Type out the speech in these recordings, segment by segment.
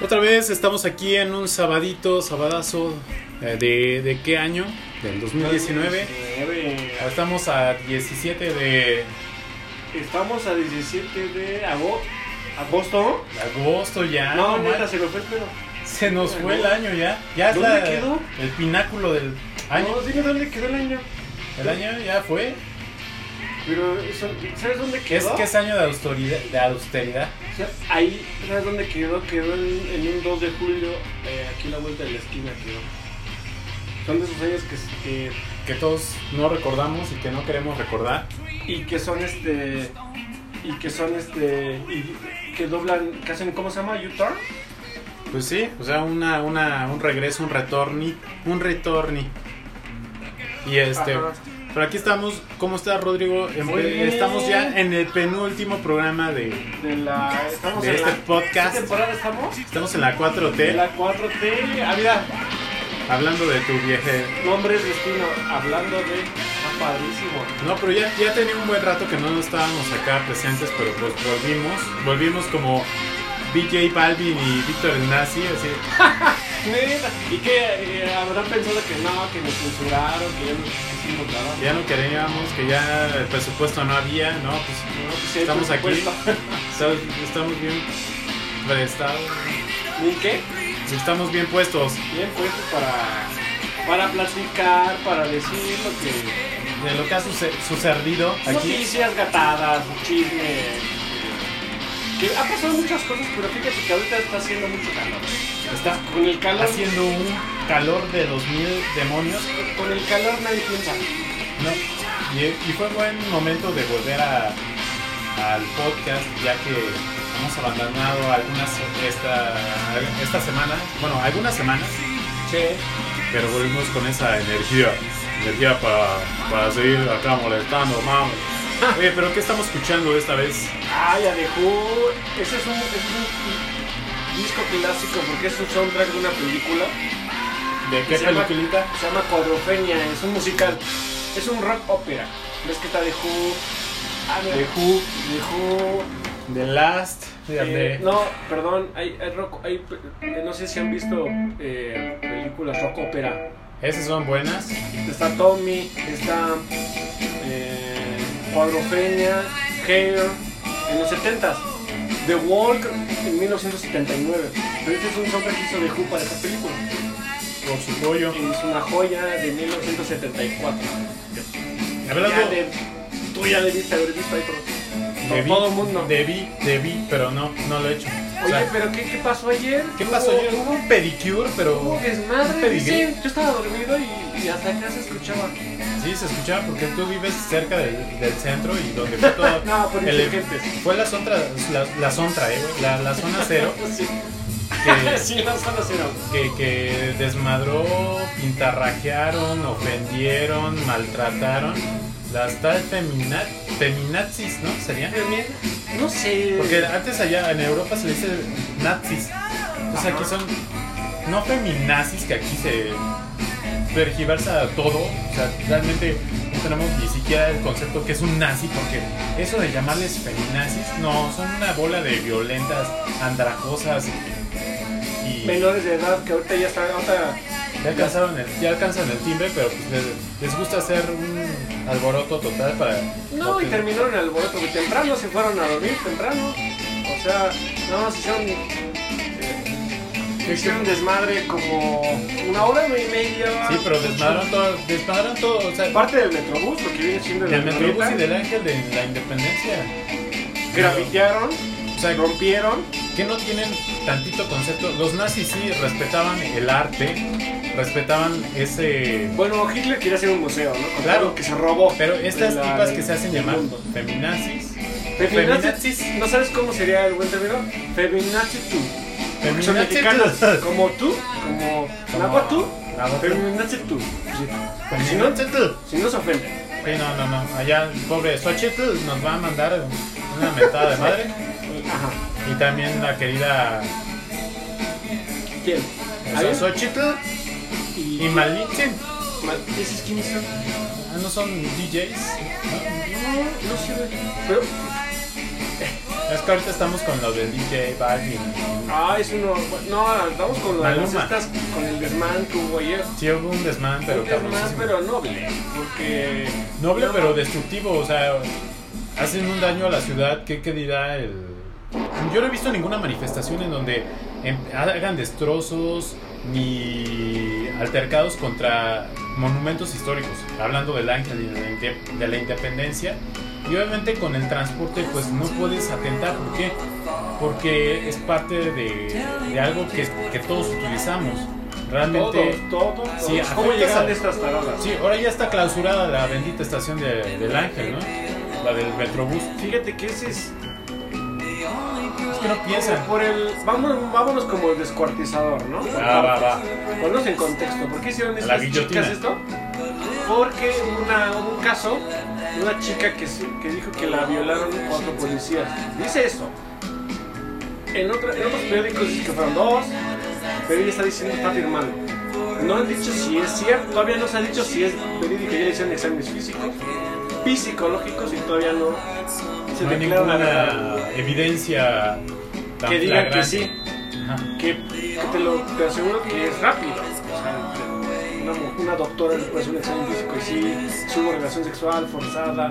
Oh, señores, estamos aquí en un sabadito, sabadazo eh, de, de qué año? Del 2019. Estamos a 17 de Estamos a 17 de agosto. ¿Agosto? agosto ya. no, man- neta, se me fue el pedo. se nos fue el año ya. Ya es ¿Dónde la- quedó? el pináculo del año. No, dime dónde quedó el año. El año ya fue. Pero, eso- ¿sabes dónde Es quedó? que es año de austeridad. De austeridad. O sea, Ahí, ¿sabes dónde quedó? Quedó en, en un 2 de julio, eh, aquí a la vuelta de la esquina quedó. Son de esos años que, que que todos no recordamos y que no queremos recordar. y que son este y que son este y que doblan que hacen cómo se llama U-turn Pues sí, o sea, una, una, un regreso, un retorni, un retorni. Y este, Ajá. pero aquí estamos, ¿cómo está Rodrigo? En Muy pe- bien. Estamos ya en el penúltimo programa de, de la estamos de en este la, ¿qué podcast. temporada estamos? Estamos en la De 4T, la 4T, ah mira, hablando de tu viaje. nombres destino, hablando de ah, padrísimo. No, pero ya, ya tenía un buen rato que no estábamos acá presentes, pero pues volvimos. Volvimos como BJ Balvin y Víctor el Nazi, así. Neta, Y que eh, habrán pensado que no, que nos censuraron, que ya nos hicimos nada. Ya no queríamos, que ya el presupuesto no había, ¿no? Pues No, pues, sí, Estamos por aquí. supuesto. Estamos, estamos bien prestados. ¿Y qué? Estamos bien puestos. Bien puesto para, para platicar, para decir lo que De lo que ha suce- sucedido aquí. Noticias, gatadas, chisme. eh, Que ha pasado muchas cosas, pero fíjate que ahorita está haciendo mucho calor. Está Con el calor, haciendo un calor de los mil demonios. con el calor nadie piensa. ¿no? Y, y fue buen momento de volver a, al podcast, ya que hemos abandonado algunas esta, esta semana. Bueno, algunas semanas, Che, pero volvimos con esa energía. Energía para, para seguir acá molestando, mami. Oye, pero ¿qué estamos escuchando esta vez? ah, ya dejó. Ese es un, ese es un disco clásico porque es un soundtrack de una película. ¿De qué Se llama- peliculita? Se llama Cuadrofenia, es un musical. Es un rock ópera. ¿Ves que está de Who? Ah, mira, The Who, The Who, The Last, Eh, de- no, perdón, hay, hay rock- hay pe- eh, no sé si han visto eh, películas rock ópera. esas son buenas. Está Tommy, está eh, Cuadrofenia, Hair, en los 70s. The Walk en 1979. Pero este es un soundtrack que hizo de Who para esta película. Por su pollo. Es una joya de 1974. Ya Hablando de- tú ya debiste haber visto ahí, pero de vi- todo el mundo. De vi, de vi, pero no, no lo he hecho. O Oye, sea, pero ¿qué, qué pasó ayer? ¿qué pasó? Hubo- Yo hubo un pedicure, pero Hubo desmadre, Pedigrí. dicen. Yo estaba dormido y, y hasta acá se escuchaba. sí se escuchaba porque tú vives cerca del, del centro y donde fue todo. No, por el- insurgentes. fue la zona, la, la zontra, eh, güey, la, la zona cero Sí, que, sí, no solo cero. que, que desmadró, pintarrajearon, ofendieron, maltrataron. Las tal feminat, feminazis, ¿no? Sería. Pero mira, No sé. Porque antes allá en Europa se le dice nazis. Entonces Ajá. aquí son no feminazis que aquí se pergiversa todo. O sea, realmente no tenemos ni siquiera el concepto que es un nazi porque eso de llamarles feminazis, no, son una bola de violentas, andrajosas y Menores de edad que ahorita ya están. Ahorita, ya alcanzaron el, ya alcanzan el timbre, pero pues les, les gusta hacer un alboroto total para no, y obtener- terminaron el alboroto. porque Temprano se fueron a dormir, temprano. O sea, nada más hicieron. eh, Hicieron desmadre como una hora y media. Sí, pero desmadraron todo, desmadraron todo, o sea, Parte del metrobús, lo que viene siendo Del Metrobús y metrobús. del Ángel de la Independencia. Grafitearon, O sea, rompieron. que no tienen tantito concepto. Los nazis sí respetaban el arte, respetaban ese... Bueno, Hitler quería hacer un museo, ¿no? Con Claro. todo lo que se robó. Pero estas La- tipas que se hacen del llamar mundo. feminazis, Feminazis. Feminazis. ¿No sabes cómo sería el buen término? Feminazi tú. Porque Son Feminazi mexicanos. tú. Como tú, como Como- Nagua tú. Nagua tú. Feminazi tú. Sí. Si no, Feminazitl. si no se ofende. Sí, no, no, no. Allá el pobre Xochitl nos va a mandar una mentada de madre. Ajá. Y también la querida ¿Quién? o sea, ¿Alguien? Xochitl Y, y Malitzin. mal- ¿Esos quiénes son? Ah, No son DJs. ¿no? No, no sé. güey. Pero Es que ahorita estamos con lo de DJ Balvin. Ah, es uno. No, andamos con lo de las Maluma. estas, con el desmán que hubo ayer. Sí hubo un desmán, pero Un desmán, cabroncísimo. pero noble. Porque. Noble no, pero destructivo, o sea, hacen un daño a la ciudad, ¿qué, qué dirá el...? Yo no he visto ninguna manifestación en donde em- hagan destrozos ni altercados contra monumentos históricos, hablando del ángel y de la, inde- de la independencia. Y obviamente con el transporte pues no puedes atentar, ¿por qué? Porque es parte de, de algo que, que todos utilizamos. Todos, Realmente... todos, todos. Sí, ¿Cómo afectas llegan a- de estas taradas? Sí, ahora ya está clausurada la bendita estación de- del Ángel, ¿no? La del Metrobús. Fíjate que ese es. Es que no piensan. Por el. Vámonos, vámonos como el descuartizador, ¿no? Va, Ah, va, va. Ponlos en contexto. ¿Por qué hicieron estas guillotina. chicas esto? Porque una, hubo un caso, de una chica que, se- que dijo que la violaron cuatro policías. Dice eso. En, otra- en otros periódicos dice que fueron dos, pero ella está diciendo, está firmando. No han dicho si es cierto, todavía no se ha dicho si es verídico, ya le hicieron exámenes físicos, psicológicos y todavía no se No hay declara la verdad. ninguna evidencia tan Que digan que flagrante. sí Ajá. que, que te lo te aseguro que es rápido. O sea, te- una, mu- una doctora le puede hacer un examen físico y sí, subo relación sexual forzada,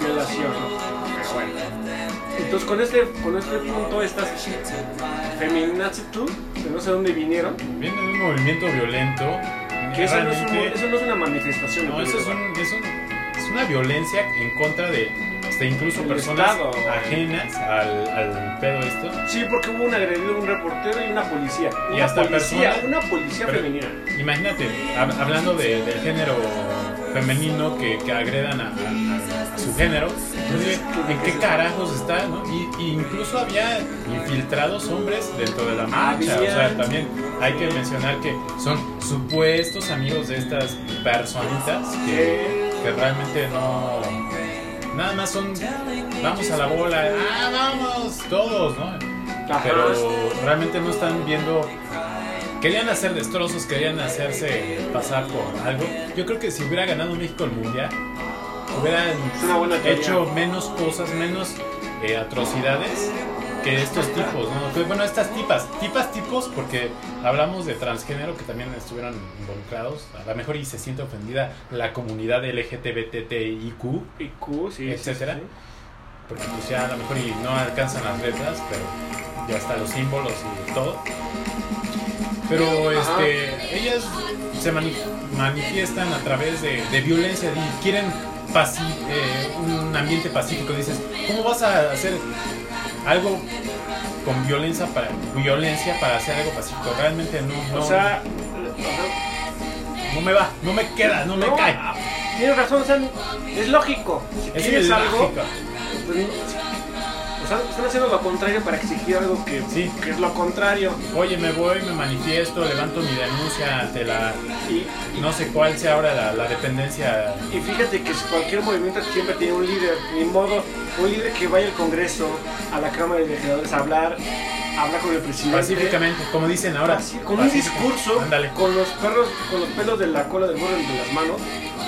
violación. ¿no? Pero bueno. Entonces con este, con este punto, estas feminazis tú, que no sé dónde vinieron, Viene de un movimiento violento. que eso no, es un- realmente- eso no es una manifestación. No, en eso es, primer lugar. un- es un- es una violencia en contra de hasta incluso El personas Estado. ajenas al, al pedo esto. Sí, porque hubo un agredido, un reportero y una policía. Y Una hasta policía, personas- una policía Pero- femenina. Imagínate, hab- hablando de- del género femenino que, que agredan a, a- a su género, entonces, ¿en qué carajos está? no? Y, y incluso había infiltrados hombres dentro de la marcha, o sea, también hay que mencionar que son supuestos amigos de estas personitas que, que realmente no... Nada más son, vamos a la bola, ah, vamos, todos, ¿no? Ajá. pero realmente no están viendo. Querían hacer destrozos, querían hacerse pasar por algo. Yo creo que si hubiera ganado México el mundial, hubieran Es una buena teoría. hecho menos cosas, menos eh, atrocidades que estos tipos, ¿no? Que, Bueno, estas tipas, tipas tipos, porque hablamos de transgénero que también estuvieron involucrados. A lo mejor y se siente ofendida la comunidad LGTBTIQ, Y Q, sí, sí, etcétera. sí. porque pues ya a lo mejor y no alcanzan las letras, pero ya está los símbolos y todo. Pero Ajá. este, ellas se mani- manifiestan a través de, de violencia y quieren paci- eh, un ambiente pacífico. Dices, ¿cómo vas a hacer algo con violencia para, violencia para hacer algo pacífico? Realmente no, no, O sea, ajá. no me va, no me queda, no me No, cae. ah, Tienes razón, o sea, es lógico. Si Es quieres algo, ilógico. pues, no- o sea, están haciendo lo contrario para exigir algo que, Sí. que es lo contrario. Oye, me voy, me manifiesto, levanto mi denuncia ante la Y, no sé cuál sea ahora la, la dependencia. y fíjate que si cualquier movimiento siempre tiene un líder, ni modo, un líder que vaya al Congreso, a la Cámara de Legisladores a hablar, habla con el presidente. Pacíficamente, como dicen ahora. Así, con un Pacífico. discurso, Ándale. con los perros, con los pelos de la cola del burro entre las manos,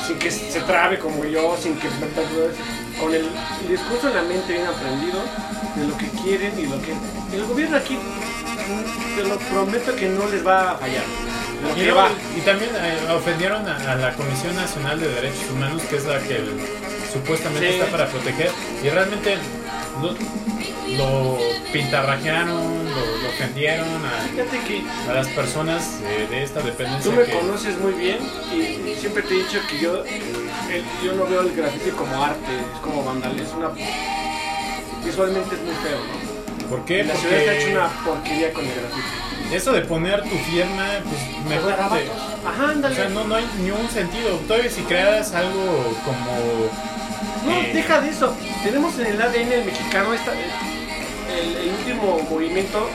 sin que se trabe como yo, sin que con el, el discurso en la mente bien aprendido de lo que quieren y lo que el gobierno aquí te lo prometo que no les va a fallar. De lo Y, que luego- va. y también eh, ofendieron a, a la Comisión Nacional de Derechos Humanos, que es la que el- supuestamente Sí. está para proteger. Y realmente lo, lo pintarrajearon, lo, lo ofendieron a, Fíjate que a las personas eh, de esta tú dependencia. me que- conoces muy bien y, y siempre te he dicho que yo el- yo no veo el grafiti como arte, es como vandalismo, es una visualmente es muy feo, ¿no? ¿Por qué? La ciudad Porque está hecho una porquería con el grafiti. eso de poner tu firma, pues mejor te- Ajá, O ándale. sea, no, no hay ni un sentido. Todavía si crearas algo como no, eh, deja de eso. Tenemos en el ADN del mexicano esta, eh, el, el último movimiento.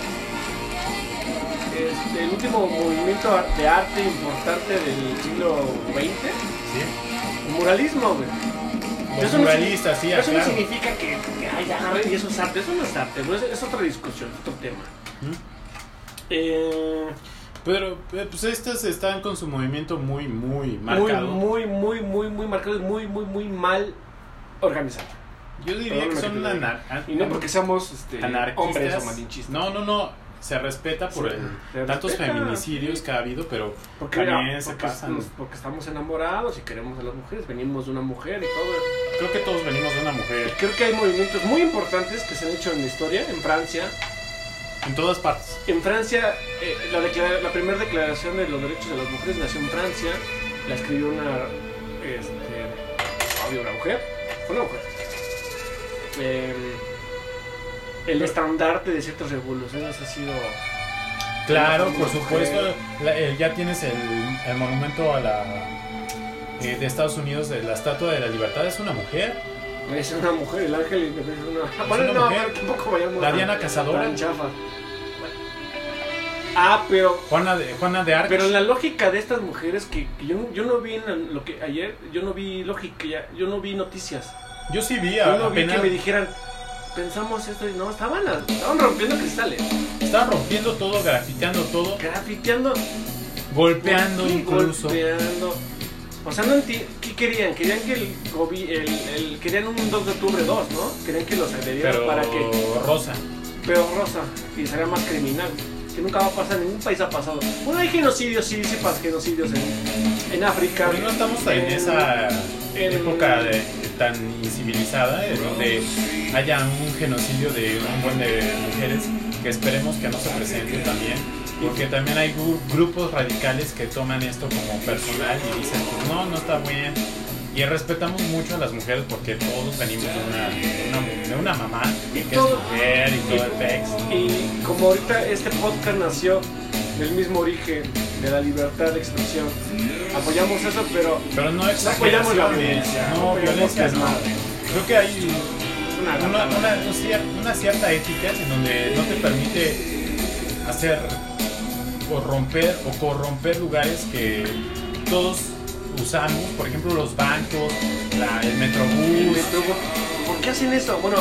este, el último movimiento ar- de arte importante del siglo XX. ¿sí? El muralismo, güey. los Eso no muralistas, sí, Eso no claro. significa que, que ay, agarren y eso es arte. Eso no es arte, güey, es, es otra discusión, es otro tema. ¿Mm? Eh, Pero eh, pues estas están con su movimiento muy, muy muy, marcado. muy, muy, muy, muy marcado y muy, muy, muy mal organizado. Yo diría Perdóname que son que te lo diga. anar- an- Y no porque seamos este, hombres o anarquistas. malinchistas. No, no, no. Se respeta por Sí, el- se tantos respeta. feminicidios que ha habido, pero Porque, también era- se porque- pasan. nos- porque estamos enamorados y queremos a las mujeres, venimos de una mujer y todo. Creo que todos venimos de una mujer. Creo que hay movimientos muy importantes que se han hecho en la historia, en Francia. En todas partes. En Francia, eh, la, declara- la primera declaración de los derechos de las mujeres nació en Francia, la escribió una, este, obvio, una mujer, fue una mujer. Eh, el estandarte de ciertas revoluciones ha sido... Claro, Una por mujer. supuesto. La- eh, ya tienes el, el monumento a la eh, de Estados Unidos, de la Estatua de la Libertad. Es una mujer. Es una mujer, el ángel es una... Es Bueno, una no, mujer. pero tampoco vayamos La tan- Diana Cazadora. tan chafa. Ah, pero Juana de, Juana de Arco. Pero en la lógica de estas mujeres que, que yo, no- yo no vi en la- lo que ayer, yo no vi lógica, ya- yo no vi noticias. Yo sí vi, Yo a- no vi que apenas. me dijeran, pensamos esto y no, estaban, a- estaban rompiendo cristales, Estaban rompiendo todo, grafiteando todo, grafiteando, golpeando golpe- incluso. golpeando. O sea, no enti- ¿qué querían? Querían que el, gobi- el, el- querían un 2 de octubre 2, ¿no? Querían que los agredieran Pero para que Rosa. peor rosa y será más criminal. Que nunca va a pasar, en ningún país ha pasado. Bueno, hay genocidios, sí, sí, pas- genocidios en, en África. Pero no estamos en esa en- época de- tan incivilizada eh, donde haya un genocidio de un buen de mujeres que esperemos que no se presente también porque también hay gru- grupos radicales que toman esto como personal y dicen pues no, no está bien y respetamos mucho a las mujeres porque todos venimos de una, de una, mu- de una mamá que Y es todo- mujer y todo el pex Y como ahorita este podcast nació del mismo origen de la libertad de expresión, apoyamos eso, pero pero no no apoyamos la exageraciones, violencia. no apoyamos violencia no desmadre. creo que hay Es una una, Ah, gata. una- un cier- una cierta ética en donde no te permite hacer o romper o corromper lugares que todos usamos, por ejemplo los bancos, la- el Y metrobús, me tuvo- ¿Por qué hacen eso? Bueno,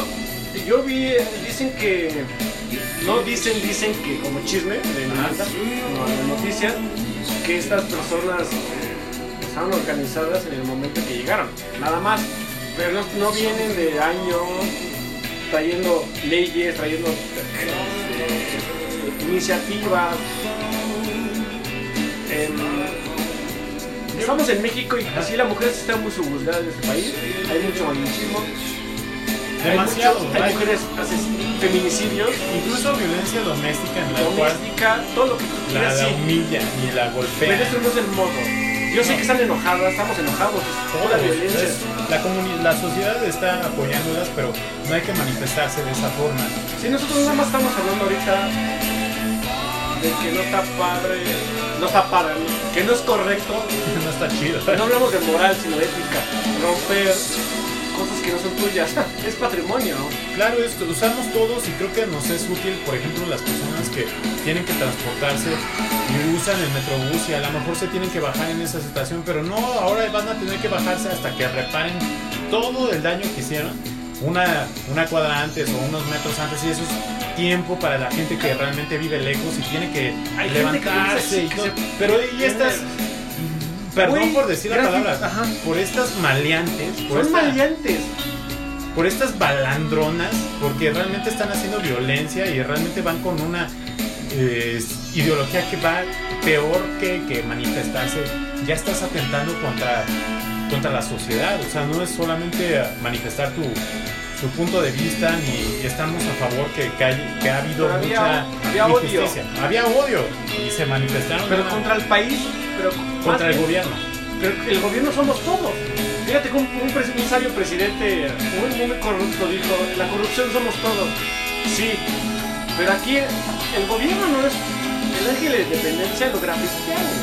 yo vi, eh, dicen que. No dicen, dicen que como chisme de Ah, nada, sí. como de noticias, que estas personas eh, estaban organizadas en el momento que llegaron, nada más. Pero no, no vienen de años trayendo leyes, trayendo eh, iniciativas. Em, Estamos en México y así la mujer está muy subjugada en este país. Hay mucho machismo. demasiado, Hay, mucho- hay hay mujeres ases- feminicidios, incluso violencia doméstica en la cual doméstica, todo lo que tú la, quieras. la sí. humilla y la Pero golpea. eso no es el modo. Yo sé que están enojadas, estamos enojados. Toda la Todos, violencia. entonces, la, comuni- la sociedad está apoyándolas, pero no hay que manifestarse de esa forma. Si nosotros nada más estamos hablando ahorita de que no está padre, no está padre, ¿no? que no es correcto No está chido. No hablamos de moral, sino de ética. Romper cosas que no son tuyas. Es patrimonio. Claro, esto usamos todos y creo que nos es útil, por ejemplo, las personas que tienen que transportarse y usan el metrobús y a lo mejor se tienen que bajar en esa estación, pero no, ahora van a tener que bajarse hasta que reparen todo el daño que hicieron, una, una cuadra antes o unos metros antes, y eso es tiempo para la gente que realmente vive lejos y tiene que Hay gente que vive levantarse así, y que todo. se- Pero y estas, perdón Güey, por decir la gracias. palabra, Ajá. por estas maleantes, por Son esta- maleantes. por estas balandronas, porque realmente están haciendo violencia y realmente van con una eh, ideología que va peor que, que manifestarse. Ya estás atentando contra, contra la sociedad, o sea, no es solamente manifestar tu, tu punto de vista ni estamos a favor que, que, hay- que ha habido Había- mucha había odio. injusticia. Había odio y se manifestaron Pero ¿no? contra el país, pero más contra el que- gobierno. Pero el gobierno somos todos. Fíjate que un, un pres- un sabio presidente muy, muy corrupto dijo, la corrupción somos todos. Sí, pero aquí el gobierno no es... El ángel de dependencia lo grafitearon.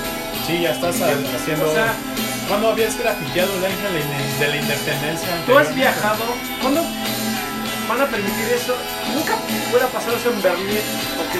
Sí, ya estás a- haciendo... O sea, ¿Cuándo habías grafiteado el ángel de la- de la independencia? Tú has anteriormente? viajado. ¿Cuándo van a permitir eso? Nunca hubiera pasado eso en Berlín. Porque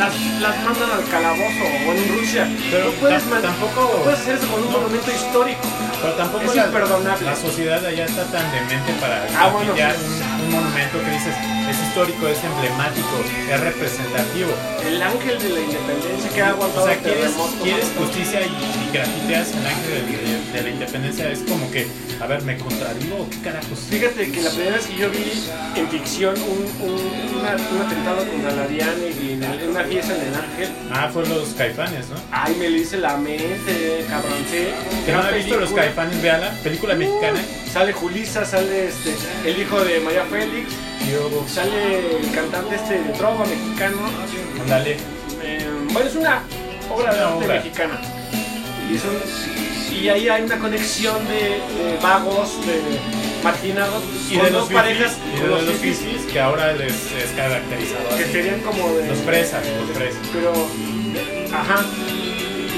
las, las mandan al calabozo o en Rusia. Pero no puedes tam- man- tampoco- no puedes hacer eso con un no. monumento histórico. Pero tampoco Es la, imperdonable. la sociedad de allá está tan demente para Ah, bueno, limpiar sí. un, un monumento que dices es histórico, es emblemático, es representativo. El ángel de la independencia que ha O aguantado sea, quieres, terremotos. quieres justicia y, y grafiteas el ángel de, de- de la independencia. Es como que, a ver, ¿me contradigo? o ¿Qué carajos? Fíjate que la primera vez que yo vi en ficción un, un- una- un atentado contra la Diana y en, el- en una fiesta en el Ángel, Ah, fue los caifanes, ¿no? ay, me lo hice la mente, cabroncé. Que no Gran han visto los película. Uh. caifanes, véala, película mexicana. Sale Julisa, sale este, el hijo de María Félix, Yo, sale el cantante este de trova mexicano. dale. Eh, bueno, es una obra de Una arte obra. mexicana. Y, es un- y ahí hay una conexión de, de vagos, de marginados, Y con de dos los parejas, parejas, y de con los fifís, fifís, que ahora les es caracterizado que así. serían como de... Los presas, los presas. Pero, ajá.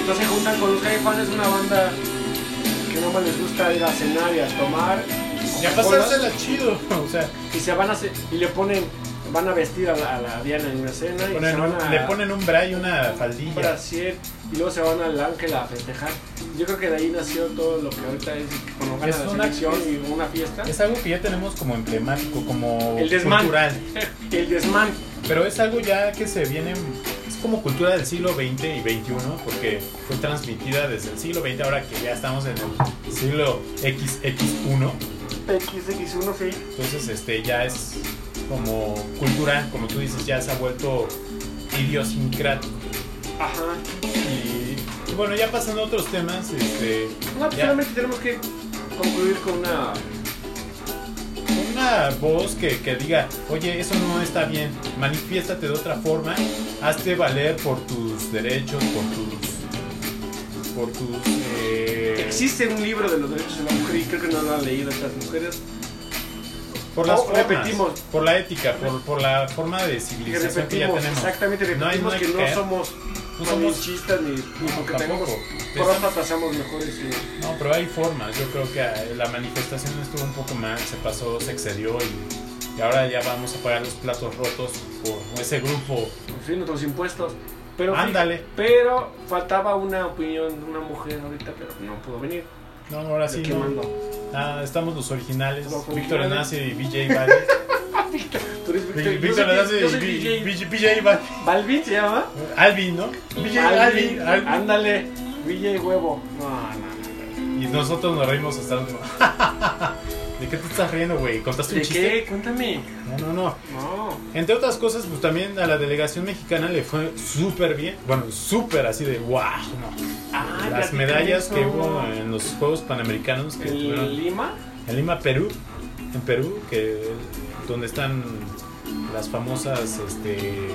Entonces se juntan con los caifanes, una banda que no más les gusta ir a cenar y a tomar. Ya Coca-Colas. pasársela chido, o sea, y se van a hacer- y le ponen van a vestir a la, a la Diana en una cena y ponen se un- van a le ponen un bra y una un faldilla. brasier, y luego se van al Ángel a festejar yo creo que de ahí nació todo lo que ahorita es cuando gana Es la una- selección y una fiesta Es algo que ya tenemos como emblemático, como el desmán cultural. el desmán Pero es algo ya que se viene, es como cultura del siglo XX y XXI, porque fue transmitida desde el siglo XX, ahora que ya estamos en el siglo XX1, XX1 sí entonces este ya es como cultura, como tú dices, ya se ha vuelto idiosincrático. ajá Y, y bueno, ya pasando a otros temas, este, no pues ya, solamente tenemos que concluir con una una voz que, que diga, oye, eso no está bien, manifiéstate de otra forma, hazte valer por tus derechos, por tus... Por tus... eh, existe un libro de los derechos de la mujer y creo que no lo han leído estas mujeres por las Oh, formas, repetimos. por la ética, por, por la forma de y civilización que ya repetimos tenemos. exactamente No hay- repetimos no hay que no caer. somos No no somos- somos chistas ni, ni porque Tampoco. tengamos próstatas somos mejores eh, y- No, pero hay formas. Yo creo que eh, la manifestación estuvo un poco mal, se pasó, se excedió y, y ahora ya vamos a pagar los platos rotos por ese grupo. Sí, nuestros impuestos. Pero, fí- Ándale. pero faltaba una opinión de una mujer ahorita, pero no pudo venir. No, ahora sí. Aquí no. mando. Ah, estamos los originales. Los Víctor originales. Enasi y BJ Valle. Tú eres Víctor. Vi- Yo Víctor soy- Enasi yo soy y DJ. B- BJ Valle. ¿Balvin se llama? Alvin, ¿no? BJ Alvin. Alvin. Ándale. DJ Huevo. No, no, no. Y nosotros nos reímos hasta el último. ¿De qué te estás riendo, güey? ¿Contaste un ¿De chiste? qué? Cuéntame. No, no, no. No. Entre otras cosas, pues también a la delegación mexicana le fue súper bien. Bueno, súper así de wow, no. Ah, Las platícame medallas eso. que hubo en los Juegos Panamericanos que ¿En estuvieron Lima? en Lima, Perú. En Perú, que donde están las famosas este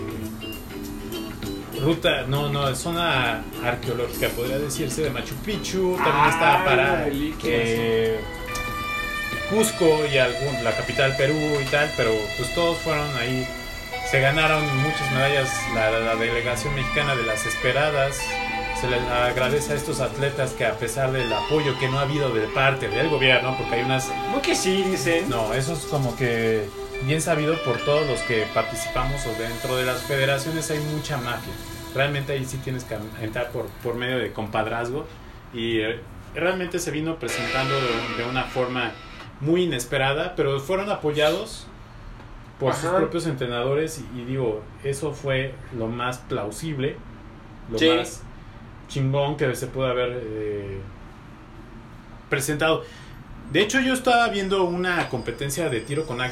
ruta, no, no, zona arqueológica podría decirse de Machu Picchu, también Ah, está para la reliquia, eh, Cusco y algún, la capital Perú y tal, pero pues todos fueron ahí, se ganaron muchas medallas la, la delegación mexicana de las esperadas. Se les agradece a estos atletas que a pesar del apoyo que no ha habido de parte del gobierno, porque hay unas No que sí, dicen. no, eso es como que bien sabido por todos los que participamos o dentro de las federaciones hay mucha mafia. Realmente ahí sí tienes que entrar por, por medio de compadrazgo y eh, realmente se vino presentando de, de una forma muy inesperada, pero fueron apoyados por sus Ajá. propios entrenadores y, y digo, eso fue lo más plausible, lo Sí. más chingón que se pudo haber eh, presentado. De hecho, yo estaba viendo una competencia de tiro con, ac-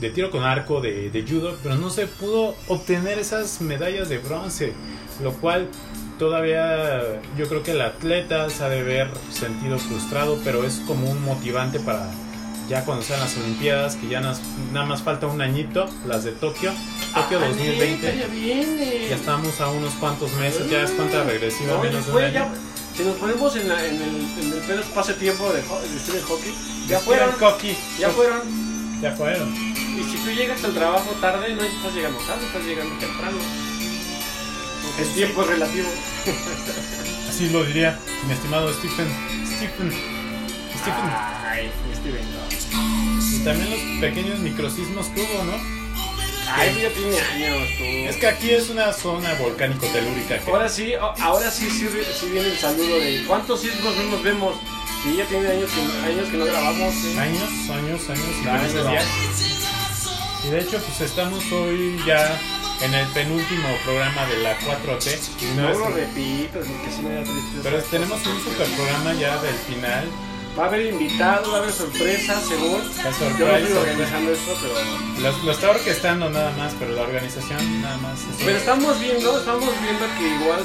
de tiro con arco de, de judo, pero no se pudo obtener esas medallas de bronce, lo cual todavía yo creo que el atleta se ha de ver sentido frustrado, pero es como un motivante para ya cuando sean las Olimpiadas, que ya nas- nada más falta un añito, las de Tokio, Tokio Ah, 2020. neta, Ya viene. Ya estamos a unos cuantos meses, ya es cuenta regresiva, No, menos de un güey, año. ya- si nos ponemos en, la- en el, en el pedo espacio-tiempo de, ho- de historia del hockey, ya Pues quiero fueron, el coqui. ya fueron. Ya fueron. Y si tú llegas al trabajo tarde, no estás llegando tarde, estás llegando temprano. Porque el Sí. tiempo es relativo. Así lo diría mi estimado Stephen. Stephen. Stephen. Ay, Steven. no. Y también los pequeños microsismos que hubo, ¿no? Ay, ya tiene años, tú. Es que aquí es una zona volcánico-telúrica. que- Ahora sí, ahora sí, sí, sí viene el saludo de ¿cuántos sismos no nos vemos? Sí, ya tiene años que, años que no grabamos. sí. Años, años, años y Años. felices días. Y de hecho, pues estamos hoy ya en el penúltimo programa de la 4T. Y una No vez lo que- repitas porque si me da tristeza. este- pero este tenemos un super programa ya del final. Va a haber invitados, va a haber sorpresas, según. La sorpresa, Yo no estoy sorpresa. organizando esto, pero. Lo, lo está orquestando nada más, pero la organización nada más. es- Pero estamos viendo, estamos viendo que igual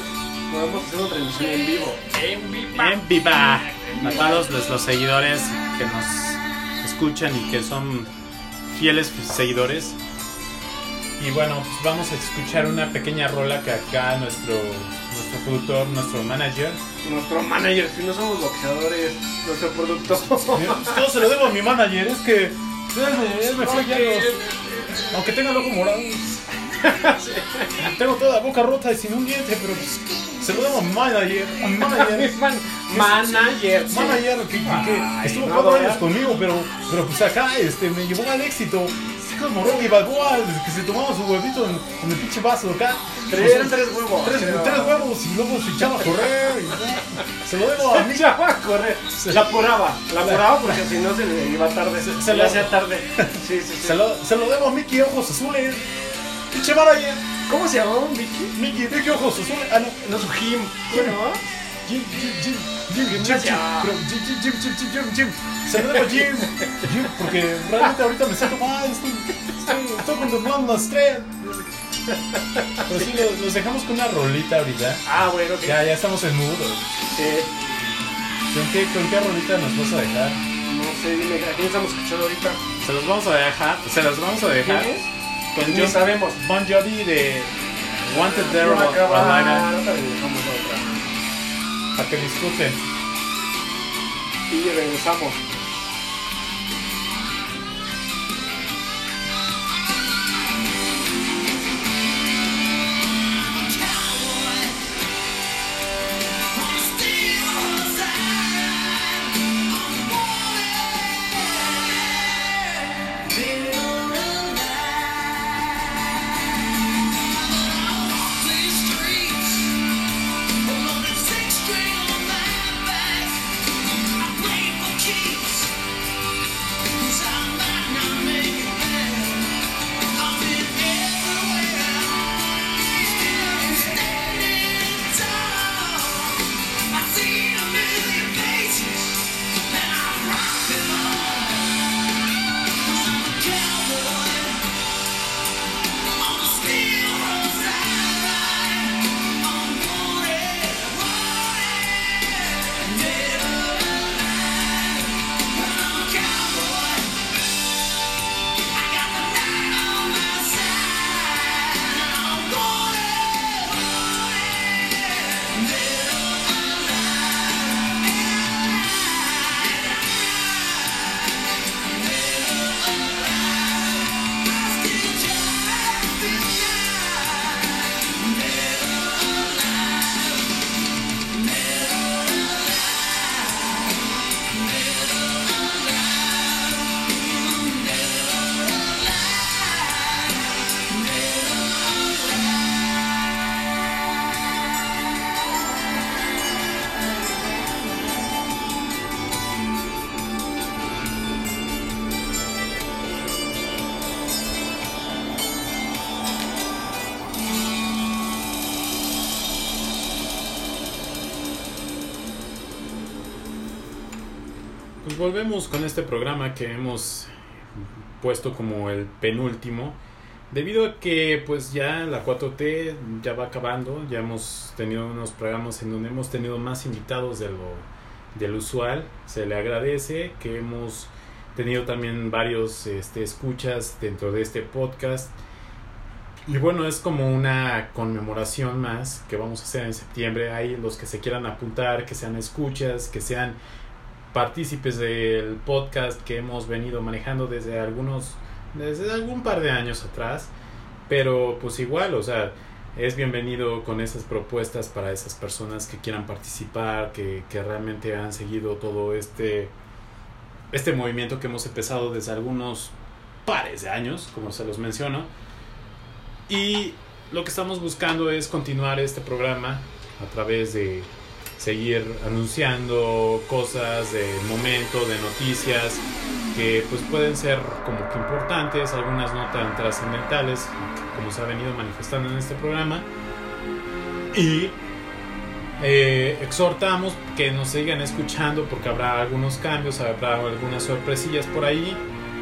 podemos hacer una transmisión en vivo. En viva. A todos los, los seguidores que nos escuchan y que son fieles seguidores. Y bueno, pues vamos a escuchar una pequeña rola que acá nuestro, nuestro productor, nuestro manager. Nuestro manager, si no somos boxeadores, nuestro productor. Mira, pues, Todo se lo debo a mi manager, es que. Él me fue ya los- Aunque tenga el ojo morado. Tengo toda la boca rota y sin un diente, pero pues, se lo debo a mi manager. A mi manager. Man- manager. sí. manager que, que- que Ay, estuvo no, cuatro ¿verdad? años conmigo, pero, pero pues acá este, me llevó al éxito. Es como Rocky Balboa, que se tomaba su huevito en, en el pinche vaso acá. Tres- O sea, tres huevos, Tres, pero- tres huevos y luego se echaba a correr. y, ¿no? se lo debo a mí. Ya va a correr. Se- La apuraba, la apuraba porque si no se le iba tarde. Se, se le lo- hacía tarde. Sí, sí, sí. Se lo, se lo debo a Mickey Ojos Azules. Pinche manager. ¿Cómo se llamaba Vicky? Mickey, Mickey Ojos Azules. Ah, no. No, su Jim. ¿Cómo Jim, Jim, Jim, Jim, Jim, Jim, Jim, Gimnasia. pero Jim, Jim, Jim, Jim, Jim, Jim, Jim. Se lo debo a Jim, Jim, porque realmente ahorita me siento mal, estoy, estoy, estoy contemplando las tres. Pero sí, los, los dejamos con una rolita ahorita. Ah, bueno, Eh, que Ya, ya estamos en muro. ¿Con qué, con qué rolita nos vas a dejar? no sé, dime, ¿a quién estamos escuchando ahorita? Se los vamos a dejar, se los vamos a ¿Quién dejar es? con Ni sabemos. Bon Jovi de Wanted There No acaba, Online. ahorita regresamos a otra. Para que disfruten. Y regresamos. Pues volvemos con este programa que hemos puesto como el penúltimo. Debido a que pues ya la 4T ya va acabando, ya hemos tenido unos programas en donde hemos tenido más invitados de lo, del usual. Se le agradece que hemos tenido también varios este, escuchas dentro de este podcast. Y bueno, es como una conmemoración más que vamos a hacer en septiembre. Hay los que se quieran apuntar, que sean escuchas, que sean partícipes del podcast que hemos venido manejando desde algunos desde algún par de años atrás pero pues igual o sea es bienvenido con esas propuestas para esas personas que quieran participar que, que realmente han seguido todo este este movimiento que hemos empezado desde algunos pares de años como se los menciono y lo que estamos buscando es continuar este programa a través de seguir anunciando cosas del momento, de noticias que pues pueden ser como que importantes, algunas no tan trascendentales, como se ha venido manifestando en este programa. Y eh, exhortamos que nos sigan escuchando porque habrá algunos cambios, habrá algunas sorpresillas por ahí.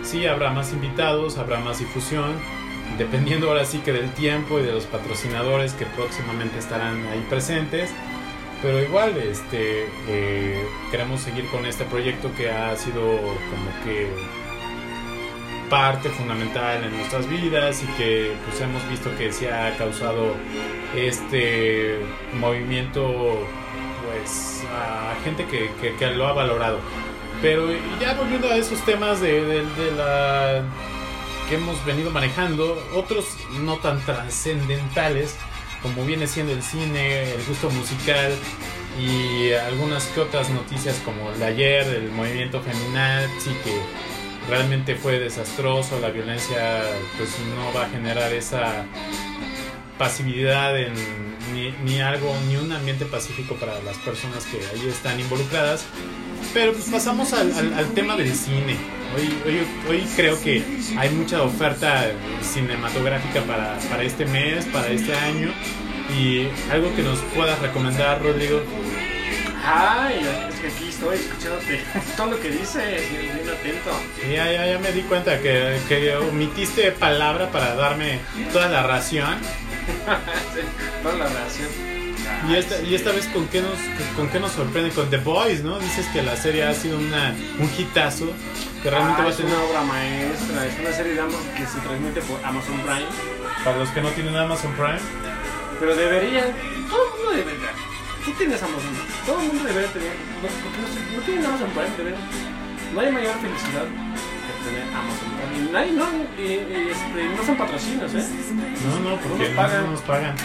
Sí, habrá más invitados, habrá más difusión, dependiendo ahora sí que del tiempo y de los patrocinadores que próximamente estarán ahí presentes. Pero igual, este, eh, queremos seguir con este proyecto que ha sido como que parte fundamental en nuestras vidas y que pues hemos visto que se ha causado este movimiento pues a gente que, que- que lo ha valorado pero ya volviendo a esos temas de, de- de la que hemos venido manejando otros no tan trascendentales como viene siendo el cine el gusto musical y algunas que otras noticias como el de ayer el movimiento feminazi que realmente fue desastroso, la violencia pues no va a generar esa pasividad en, ni, ni algo, ni un ambiente pacífico para las personas que ahí están involucradas. Pero pues pasamos al, al- al tema del cine. Hoy, hoy, hoy creo que hay mucha oferta cinematográfica para, para este mes, para este año. Y algo que nos puedas recomendar, Rodrigo. Ay, es que aquí estoy escuchándote todo lo que dices, bien atento. Ya, ya, ya me di cuenta que, que omitiste palabra para darme toda la ración. Toda la relación. Y esta, y esta vez con qué nos con qué nos sorprende con The Boys, ¿no? Dices que la serie ha sido una un hitazo que realmente Ah, va a es tener una obra maestra, es una serie de Amazon que se transmite por Amazon Prime, para los que no tienen Amazon Prime. pero debería, todo el mundo debería. Tú tienes Amazon, Prime, todo el mundo debería tener, no, porque no, se- no tienen Amazon Prime, debería. No hay mayor felicidad que tener Amazon Prime. Y nadie- no, y- y, este, no son patrocinios, ¿eh? No, no, porque nos no pagan. no nos pagan.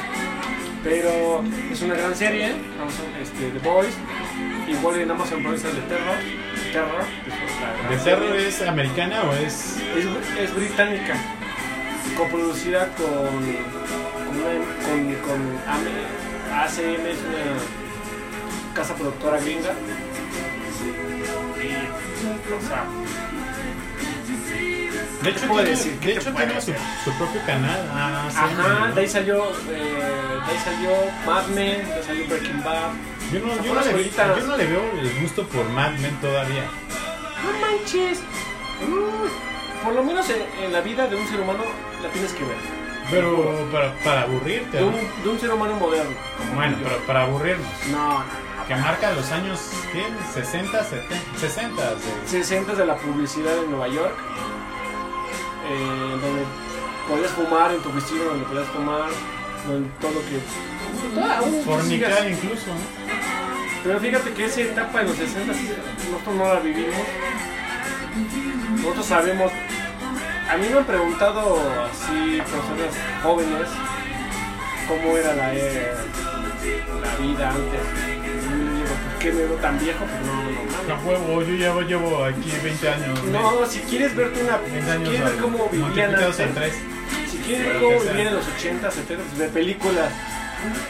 Pero es una gran serie, Amazon, este, The Boys, igual en Amazon Prime está el de Terror, Terror, que es la gran ¿De serie. Cerro es americana o es es, es británica, coproducida con, con, una- con, con E, AM, ACM, es una casa productora gringa. Y, o sea, De hecho puedo tiene, decir? ¿Qué de te hecho puedo tiene su, decir? su propio canal. Ah, sí, ajá, ¿no? de ahí salió, eh, de ahí salió Mad Men, de ahí salió Breaking Bad. Yo no, yo, no Unas le, vi- bolitas. yo no le veo el gusto por Mad Men todavía. No manches, Mm, por lo menos en, en la vida de un ser humano la tienes que ver, Pero para, para aburrirte. de ¿no? un, de un ser humano moderno. Bueno, pero para aburrirnos. No, no, no. Que marca los años ¿qué? 60, 70, 60. de- 60 de la publicidad en Nueva York, eh, donde podías fumar en tu vecino, donde podías fumar, donde todo lo que. toda- aún que sigas. Fornicar incluso, ¿no? Pero fíjate que esa etapa de los 60 nosotros no la vivimos. Nosotros sabemos. A mí me han preguntado así personas jóvenes cómo era la, eh, la vida antes. Y yo digo, ¿por qué me veo tan viejo? Pues no, no, no. A huevo, yo ya llevo aquí 20 años. No, si quieres verte una. Si 20 quieres años ver cómo vivían multiplicados en antes, 3. Si quieres ver Pero cómo que sea. vivían en los 80, 70, de películas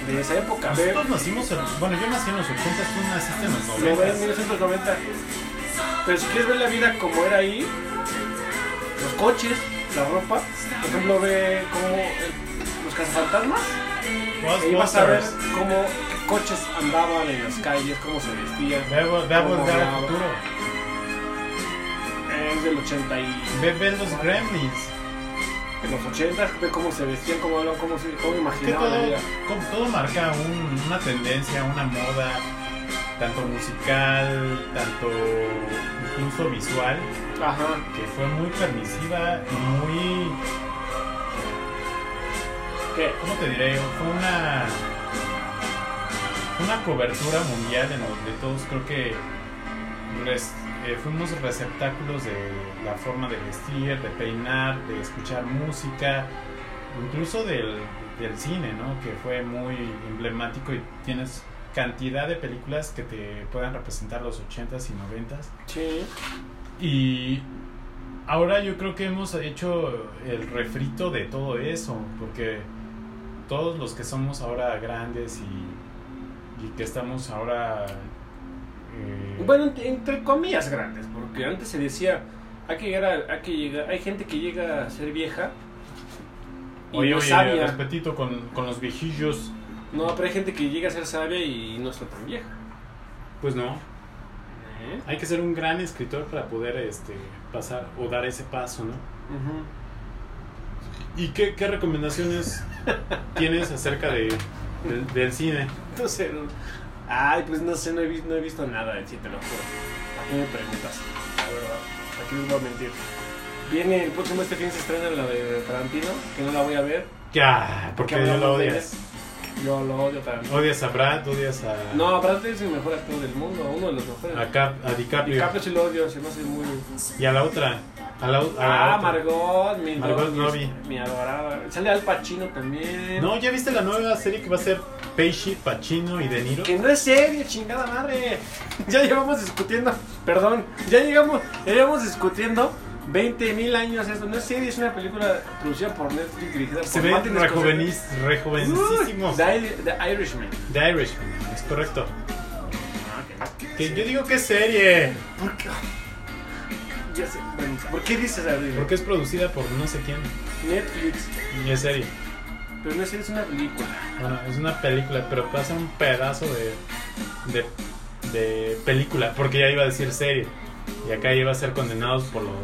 de esa época. Ve, Nosotros nacimos en. Bueno, yo nací en los 80, tú naciste en los lo ves 90. en 1990. Pero si quieres ver la vida como era ahí, los coches, la ropa, por ejemplo, ve cómo eh, los cazafantasmas. Ahí vas a ver Ghostbusters. cómo qué coches andaban en las calles, cómo se vestían. Ve ve a cómo volver al hablaban. futuro. Es del 80 y. Ve, ve los gremlins. En los 80 ve cómo se vestían, cómo hablaban, cómo, se- cómo Es que imaginaban la todo, vida. como todo marca un- una tendencia, una moda, tanto musical, tanto incluso visual. Ajá. que fue muy permisiva y muy, ¿Qué? ¿cómo te diré? Fue una, una cobertura mundial en donde todos creo que res- eh, fuimos receptáculos de la forma de vestir, de peinar, de escuchar música, incluso del, del cine, ¿no? Que fue muy emblemático y tienes cantidad de películas que te puedan representar los 80s y 90s. Sí. Y ahora yo creo que hemos hecho el refrito de todo eso, porque todos los que somos ahora grandes y y que estamos ahora... eh, Bueno, ent- entre comillas grandes, porque antes se decía, hay que llegar, a- hay que llegar, hay gente que llega a ser vieja y oye, no oye, sabia. respetito con, con los viejillos. No, pero hay gente que llega a ser sabia y no está tan vieja. ¿eh? Pues no, hay que ser un gran escritor para poder este, pasar o dar ese paso, ¿no? Ujú. ¿Y qué, qué recomendaciones tienes acerca de, del- del cine? No sé, no- ay, pues no sé, no he, vis- no he visto nada de ti, te lo juro. ¿A qué me preguntas? La verdad, aquí les voy a mentir. Viene el próximo este fin se estrena la de Tarantino, que no la voy a ver. Ya, ah, porque no hablamos lo de odias. él. Yo lo odio Tarantino. Odias a Brad, odias a, No, Brad Pitt es el mejor actor del mundo, uno de los mejores. a, Cap- a DiCaprio. Ah, DiCaprio sí lo odio, se me hace muy... Y a la otra. A la, o- a la Ah, otra. Margot, mi, Margot mi- Robbie. mi adorada. Sale Al Pacino también. No, ¿ya viste la nueva serie que va a ser Pesci, Pacino y De Niro? Que no es serio, chingada madre. Ya llevamos discutiendo, perdón, ya llegamos, ya llevamos discutiendo 20 mil años esto. No es serie, es una película producida por Netflix dirigida Se por ve Martin Scorsese. rejuveniz- rejuvencísimo. Uy, The, Ir- The Irishman. Ah, The Irishman, es correcto. Que yo digo que es serie, ¿Por qué? Ya sé, bueno, ¿Por qué dices Irishman? porque es producida por no sé quién. Netflix. Y es serie. Pero no es serie, es una película. Bueno, es una película, pero pasa un pedazo de, de, de película, porque ya iba a decir serie. Y acá iba a ser condenados por los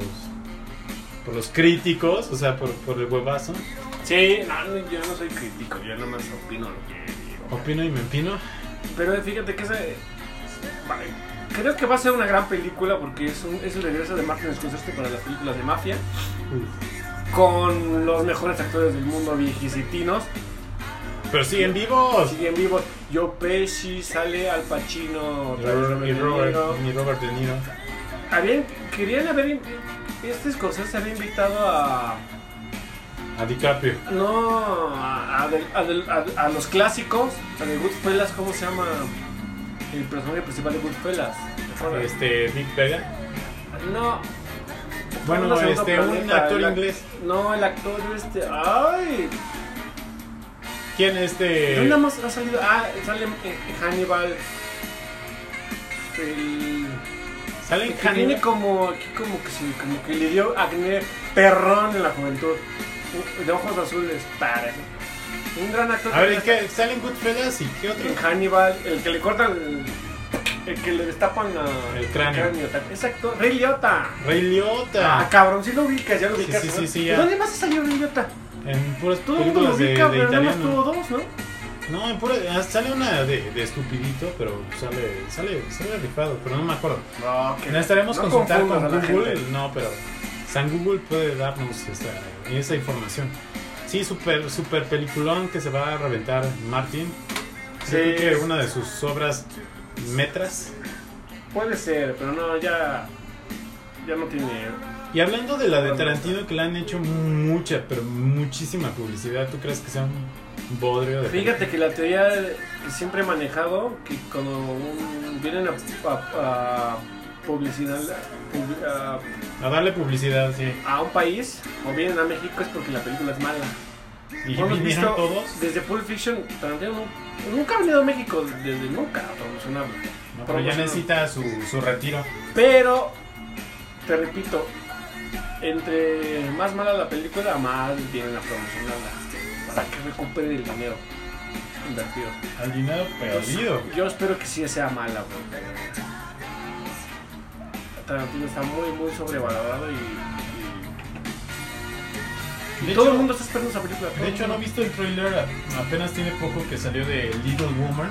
por los críticos, o sea, por, por el huevazo. Sí, no, no, yo no soy crítico, yo nomás opino lo que digo. Opino y me empino. Pero fíjate que esa. Vale. Creo que va a ser una gran película porque es, un- es el regreso de Martin Scorsese para las películas de mafia. Mm. Con los mejores actores del mundo viejicitinos. Pero siguen vivos. Siguen vivos. Joe Pesci, sale Al Pacino, Y otra vez Robert, y Robert De Robert- Niro. y Robert De Niro. Habían- Querían haber. in- Este Scorsese había invitado a. A DiCaprio. No, a, a del- a del- a- a los clásicos. A de Goodfellas, ¿cómo se llama? El personaje principal de Goodfellas. ¿Te acuerdas? Este, Big Vega. No. Bueno, Una segunda este, un planeta, actor el ac- inglés. No, el actor este. ¡Ay! ¿Quién este? ¿Dónde más ha salido? Ah, sale eh, Hannibal. El. Sale el en que tiene Hannibal. como. Aquí como que se- como que le dio acné perrón en la juventud. De ojos azules. Parece. Un gran actor. A ver, ¿en qué? ¿Sale en Goodfellas y qué otro? En Hannibal, el que le cortan. El, el que le destapan la- El cráneo. Ese actor. Ray Liotta. Ray Liotta. Ah, cabrón, si lo ubicas, ya lo Sí, ubicas. sí, ¿no? sí, sí, ya. ¿Dónde más ha salido Ray Liotta? En puras Todo el mundo lo películas de, ubica, de pero nada más tuvo italiano. dos, ¿no? No, en pura, ah, sale una de, de estupidito, pero sale, sale, sale rifado, pero no me acuerdo. No, que Necesitaremos consultar con confundas a la Google. gente. No, pero San Google puede darnos esa, esa información. Sí, super, super peliculón que se va a reventar Martin. Yo Sí. creo que una de sus obras metras. Puede ser, pero no, ya. Ya no tiene. Y hablando de la de Tarantino, que le han hecho mucha, pero muchísima publicidad, ¿tú crees que sea un bodrio de Fíjate que la teoría que siempre he manejado, que cuando un- vienen a, a- a publicidad pub- a, A darle publicidad, sí. a un país o vienen a México es porque la película es mala. Y Hemos vinieron visto todos. Desde Pulp Fiction, Tarantino nu- nunca ha venido a México, desde nunca a promocionarlo. No, pero ya necesita su, su retiro. Pero, te repito, entre más mala la película, más vienen a promocionarla. Para que recupere el dinero invertido. Al dinero perdido. Yo espero que sí sea mala, porque Tarantino está muy, muy sobrevalorado y. y- De todo hecho- el mundo está esperando esa película. todo De el hecho, no he mundo. visto el trailer. Apenas tiene poco que salió de Little Woman.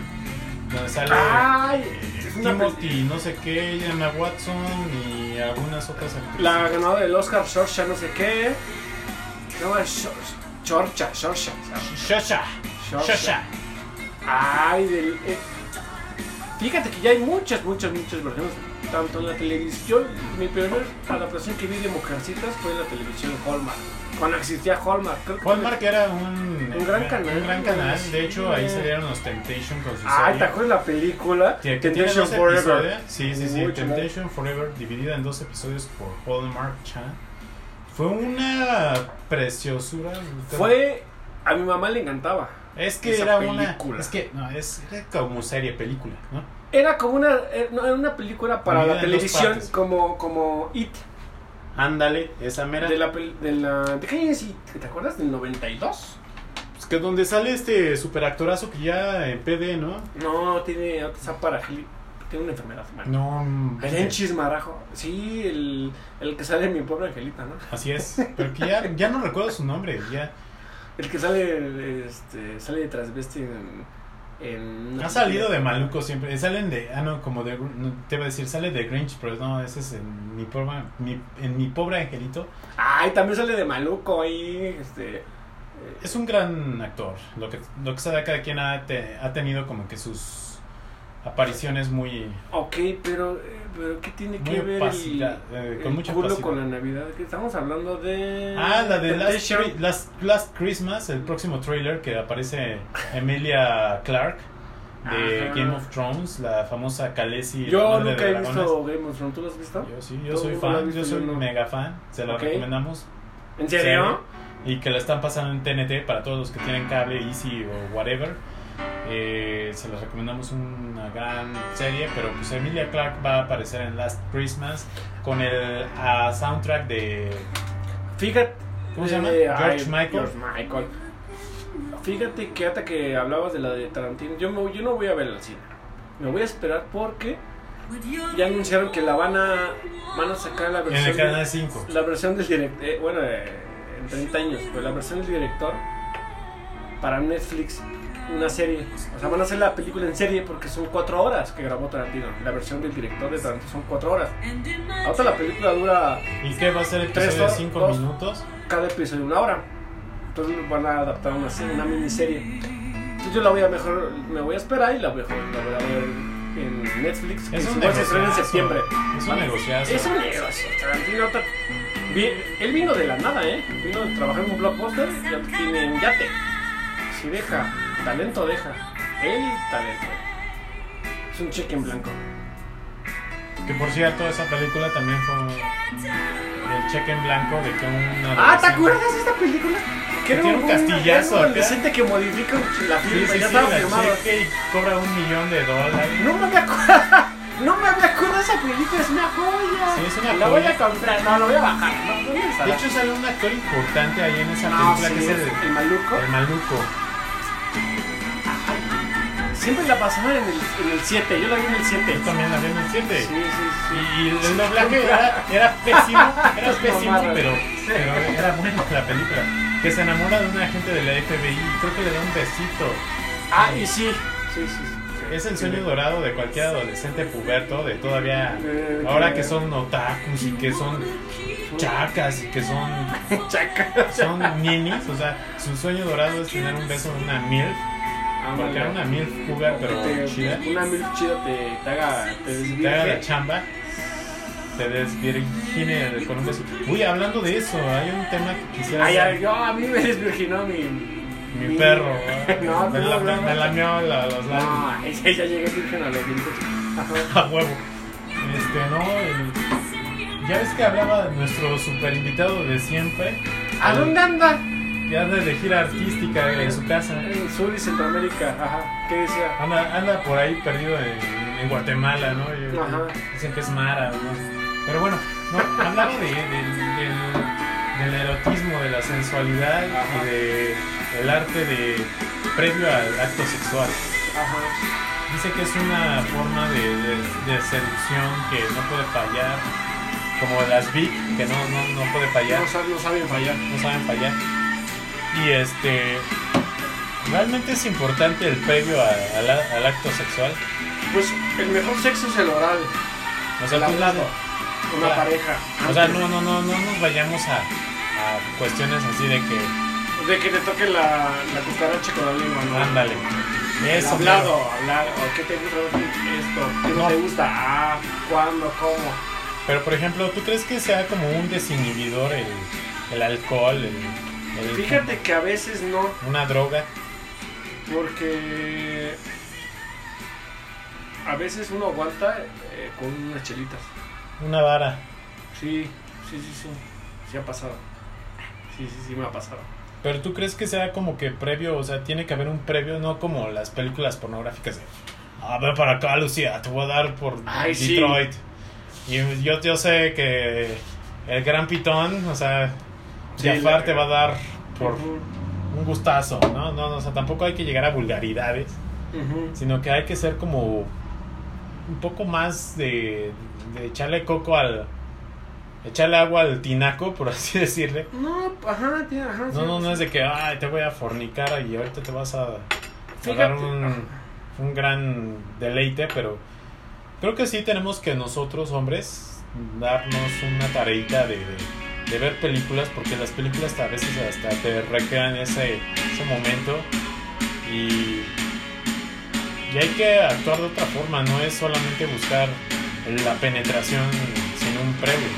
Donde sale ¡Ay! eh, Ah, Es una peli- Timothy, no sé qué, Emma Watson y algunas otras actrices. La ganadora del Oscar, Sorcha no sé qué. No, es Shor- Chorcha, Sorcha. Shosha. Shosha. Ay, del. eh, Fíjate que ya hay muchas, muchas, muchas versiones. Tanto en la televisión, mi primera adaptación que vi de Mujercitas fue en la televisión Hallmark. Cuando existía Hallmark. Creo que Hallmark era un, Un gran canal. un gran canal. De hecho, ahí Sí. salieron los Temptation con su Ay, ¿te serie. acuerdas la película? Que- que tiene Temptation dos Forever. episodios. Sí, sí, sí. Muy chula. Temptation Forever, dividida en dos episodios por Hallmark Chan. Fue una preciosura. Fue. A mi mamá le encantaba. Es que esa era película. una. Es que, no, es, era como serie, película, ¿no? Era como una, eh, no, era una película para Dividida la en dos televisión, partes. como, como It. Ándale, esa mera. De la, pel- de la... ¿De qué año es It? ¿Te acuerdas? ¿Del 92? Pues que donde sale este superactorazo que ya en PD, ¿no? No, tiene... Está para... Tiene una enfermedad. man. No. Era en Chismarajo. Sí, el, el que sale en mi pobre angelita, ¿no? Así es. Pero que ya, ya no recuerdo su nombre. Ya. El que sale, este, sale de transvesti en... en- Ha salido de maluco siempre. Salen de. Ah, no, como de. no, te iba a decir, sale de Grinch, pero no, ese es en mi, pobre, mi- en mi pobre angelito. Ay, también sale de Maluco ahí, este... eh, Es un gran actor. Lo que, lo que sabe cada quien ha, te- ha tenido como que sus apariciones muy. Ok, pero, eh, pero ¿qué tiene Muy que ver opacidad, eh, el, con el mucha culo opacidad. con la Navidad? Que estamos hablando de... Ah, la de Last, Temptation. Chri- Last- Last Christmas, el próximo trailer que aparece Emilia Clark de Ajá. Game of Thrones, la famosa Khaleesi. la Yo madre de nunca he dragones. visto Game of Thrones, ¿tú lo has visto? Yo sí, yo Todo soy el mundo la ha fan, visto, yo soy yo no. mega fan, se la Ok. recomendamos. ¿En serio? Y que la están pasando en TNT para todos los que tienen cable, Easy o whatever. Eh, se les recomendamos una gran serie, pero pues Emilia Clark va a aparecer en Last Christmas con el ah, soundtrack de Fíjate. ¿Cómo se llama? eh, George ay, Michael. George Michael. Fíjate que hasta que hablabas de la de Tarantino, yo, me- yo no voy a ver al cine. Me voy a esperar porque ya anunciaron que la van a, van a sacar la en el versión, canal 5. la versión del director, bueno, eh, en 30 años, pero la versión del director para Netflix, una serie. O sea, van a hacer la película en serie porque son 4 horas que grabó Tarantino. La versión del director de Tarantino son 4 horas. Ahorita la película dura ¿Y qué va a ser el Tres episodio de horas, 5 dos. minutos? cada episodio una hora. Entonces van a adaptar una, se- una miniserie. Entonces yo la voy a mejor, me voy a esperar y la voy a, la voy a ver en Netflix. que Es un igual se estrena en negociazo. septiembre. Es un Vale. negociazo. Es un negocio. Tarantino ta- vi- él vino de la nada, ¿eh? Vino de trabajar en un blockbuster y ya tiene un yate. Si deja, talento deja. Él talento. Es un cheque en blanco. Que por cierto, esa película también fue el cheque en blanco de que un. Ah, ¿te adolescente- acuerdas de esta película? Que tiene un castillazo era acá. un adolescente que modifica un- la Sí, firma, sí, pues ya sí, estaba la firmado. cheque y cobra un millón de dólares. No me acuerdo, no me acuerdo de esa película, es una joya. Sí, es una la voy joya. a comprar, no, la voy a bajar. No, no, no, De hecho, sale un actor importante ahí en esa no, película Ah, sí, que es el, el maluco. el maluco. Siempre la pasaban en el, en el 7, yo la vi en el 7. Yo también la vi en el 7. Sí, sí, sí. Y el doblaje era, era pésimo, era Estas pésimo, mamadas. pero, pero era bueno la película. Que se enamora de un agente de la FBI y creo que le da un besito. Ah, y sí. Sí, sí, sí. Es el sueño dorado de cualquier adolescente puberto, de todavía, Eh, ahora que- que son otakus y que son chacas y que son, Chaca. Ah, son ninis, o sea, su sueño dorado es tener un beso de una milf, porque era una milf cougar pero Te- chida, Una mil chida te, te haga. Te te haga la desvirgue. chamba, te desvirgine con un beso. Uy, hablando de eso, hay un tema que quisiera Ay, ay, hacer. yo a mí me desvirginó mi. Mi perro, ¿eh? No, me, no, la, no, no. me lamió la- los labios. No, ay, ya ya llegué virgen a los 28. Ajá. A huevo. Este, no, el- ya ves que hablaba de nuestro super invitado de siempre. ¿A dónde anda? Que anda de gira artística en su casa. En Sur y Centroamérica, ajá. ¿Qué decía? Anda, anda por ahí perdido en, en Guatemala, ¿no? Y- Ajá. Dicen que es Mara, ¿no? Pero bueno, no, hablaba de, del- del, del erotismo, de la sensualidad Ajá. y de el arte de previo al acto sexual. Ajá. Dice que es una forma de, de, de seducción que no puede fallar, como las Vic, que no, no, no puede fallar, No, sab- no saben fallar. no saben fallar. Y este, realmente es importante el previo a- al a- al acto sexual. Pues el mejor sexo es el oral. O sea, La pues, mano. Con la Claro. pareja. o sea no, no, no, no nos vayamos a, a cuestiones así de que, De que te toque la, la cucaracha con la lengua, ¿no? ándale, El eso, hablado, hablar. ¿O ¿Qué te gusta esto? ¿Qué no, No. te gusta? Ah, ¿cuándo? ¿Cómo? Pero por ejemplo, ¿tú crees que sea como un desinhibidor el, el alcohol, el- el- Fíjate que a veces no, una droga? porque a veces uno aguanta eh, con unas chelitas. Una vara. Sí, sí, sí, sí. Sí ha pasado. Sí, sí, sí, me ha pasado. Pero tú crees que sea como que previo, o sea, tiene que haber un previo, no como las películas pornográficas de, a ver para acá, Lucía, te voy a dar por Ay, sí. Detroit. Y yo, yo sé que el gran pitón, o sea, Sí, Jafar la- te va a dar por Ujú, un gustazo, ¿no? No, no, o sea, tampoco hay que llegar a vulgaridades, ujú. sino que hay que ser como un poco más de, de echarle coco al... Echarle agua al tinaco, por así decirle. No, ajá, tiene, ajá. No, no, no es de que, ay, te voy a fornicar y ahorita te vas a, a dar Fíjate. un, un gran deleite, pero creo que sí tenemos que nosotros, hombres, darnos una tareita de, de- de ver películas, porque las películas a veces hasta te recrean ese, ese momento y, y hay que actuar de otra forma, no es solamente buscar la penetración sin un previo.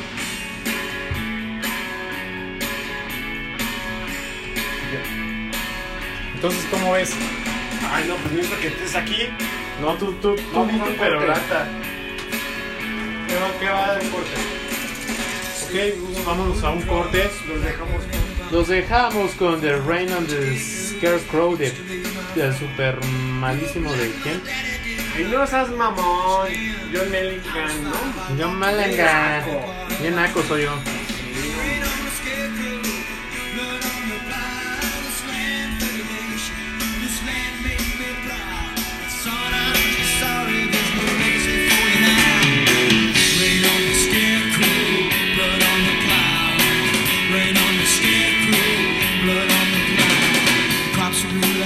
Entonces, ¿cómo ves? Ay, no, pues mientras que estés aquí, No, tú, tú, tú, no, di tu no, pero perorata. grata. ¿Qué va, qué va de corte? Ok, vámonos a un corte. Los dejamos. Los dejamos con The Rain on the Scarecrow de, del super malísimo de quién? Y no seas mamón. John Mellican, ¿no? Yo Bien Malangar. naco. Bien naco soy yo.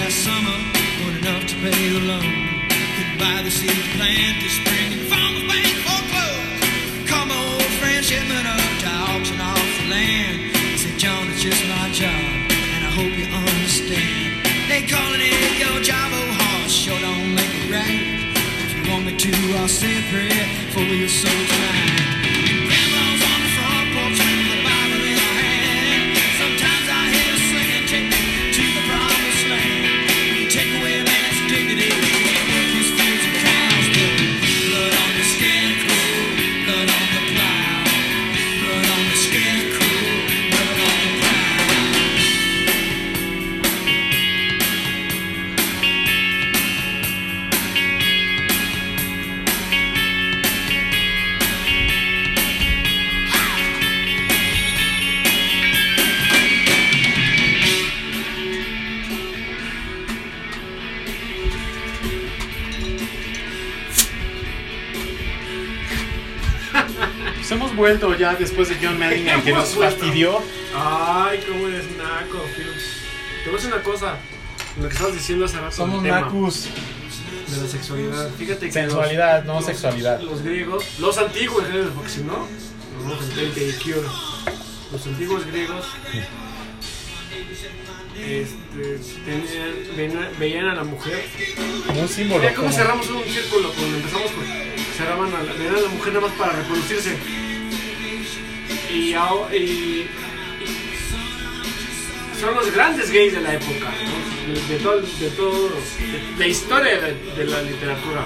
Summer, not enough to pay the loan. Could buy the seed to plant this spring and farmer's bank foreclosed. Come on, old friend, shipment up to auction off the land. Say, John, it's just my job, and I hope you understand. They calling it your job, oh horse, sure don't make it right. If you want me to, I'll say a prayer for your soul tonight. Grandma's on the front porch with the Bible in her hand. Sometimes I hear her singing, "Take me to the promised land." Take away man's dignity, work his fields and cows, but blood on the scarecrow, blood on the plow, blood on the scarecrow, blood on the plow. Pues hemos vuelto ya después de John Malangar que nos Hemos vuelto. fastidió. Ay, cómo eres naco, Phillips. Te voy a decir una cosa. Lo que estabas diciendo hace rato. Somos del tema nacus. De la sexualidad. Fíjate que. Sensualidad, los- no los- sexualidad. Los griegos, los antiguos griegos, porque si no, nos vamos a meter en pedicure. Los antiguos griegos. Este, tenían, veían, veían a la mujer. Un símbolo. Mira cómo como- cerramos un círculo cuando empezamos con. Cerraban a la, veían a la mujer nada más para reproducirse. Y, ahora- y son los grandes gays de la época, ¿no? de, de todo, de todo- de la historia de, de la literatura.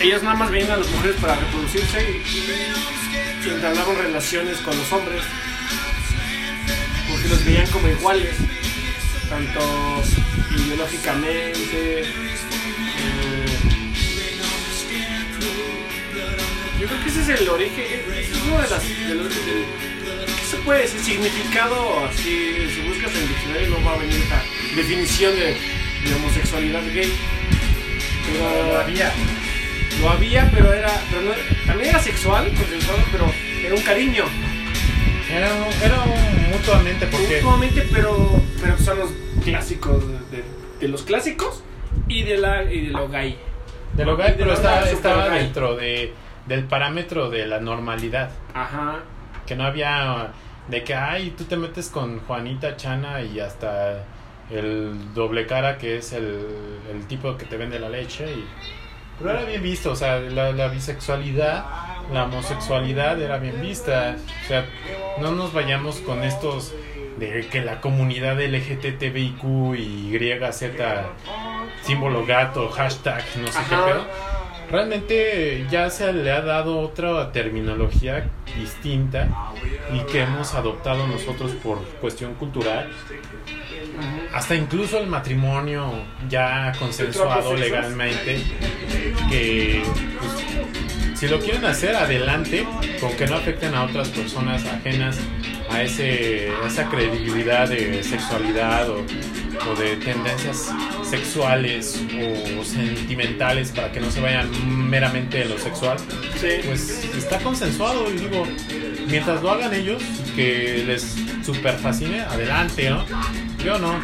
Ellos nada más venían a las mujeres para reproducirse y y entablaban relaciones con los hombres, porque los veían como iguales, tanto ideológicamente. eh, yo creo que ese es el origen, ese es uno de las, de los- del- se puede decir? Significado, así, si buscas en diccionario no va a venir esta definición de, de homosexualidad gay. Pero Lo había. Lo había, pero era, pero no era- también era sexual, consensuado, pero era un cariño. Era, un- era un mutuamente porque Últimamente, pero, pero son los clásicos, de, de- de los clásicos y de, la, y de lo gay. de lo gay, De pero lo estaba, gay, estaba super gay. dentro de, del parámetro de la normalidad. Ajá. Que no había de que, ay, tú te metes con Juanita Chana y hasta el doble cara que es el, el tipo que te vende la leche. Y... Pero era bien visto, o sea, la, la bisexualidad, la homosexualidad era bien vista. O sea, no nos vayamos con estos de que la comunidad LGTBIQ y YZ, símbolo gato, hashtag, no sé qué Ajá. pedo. realmente ya se le ha dado otra terminología distinta y que hemos adoptado nosotros por cuestión cultural. Hasta incluso el matrimonio ya consensuado legalmente, que pues, si lo quieren hacer adelante, con que no afecten a otras personas ajenas a, ese, a esa credibilidad de sexualidad o, o de tendencias sexuales o sentimentales para que no se vayan meramente en lo sexual, Sí. pues está consensuado y digo, mientras lo hagan ellos, que les super fascine, adelante, ¿no? Yo no,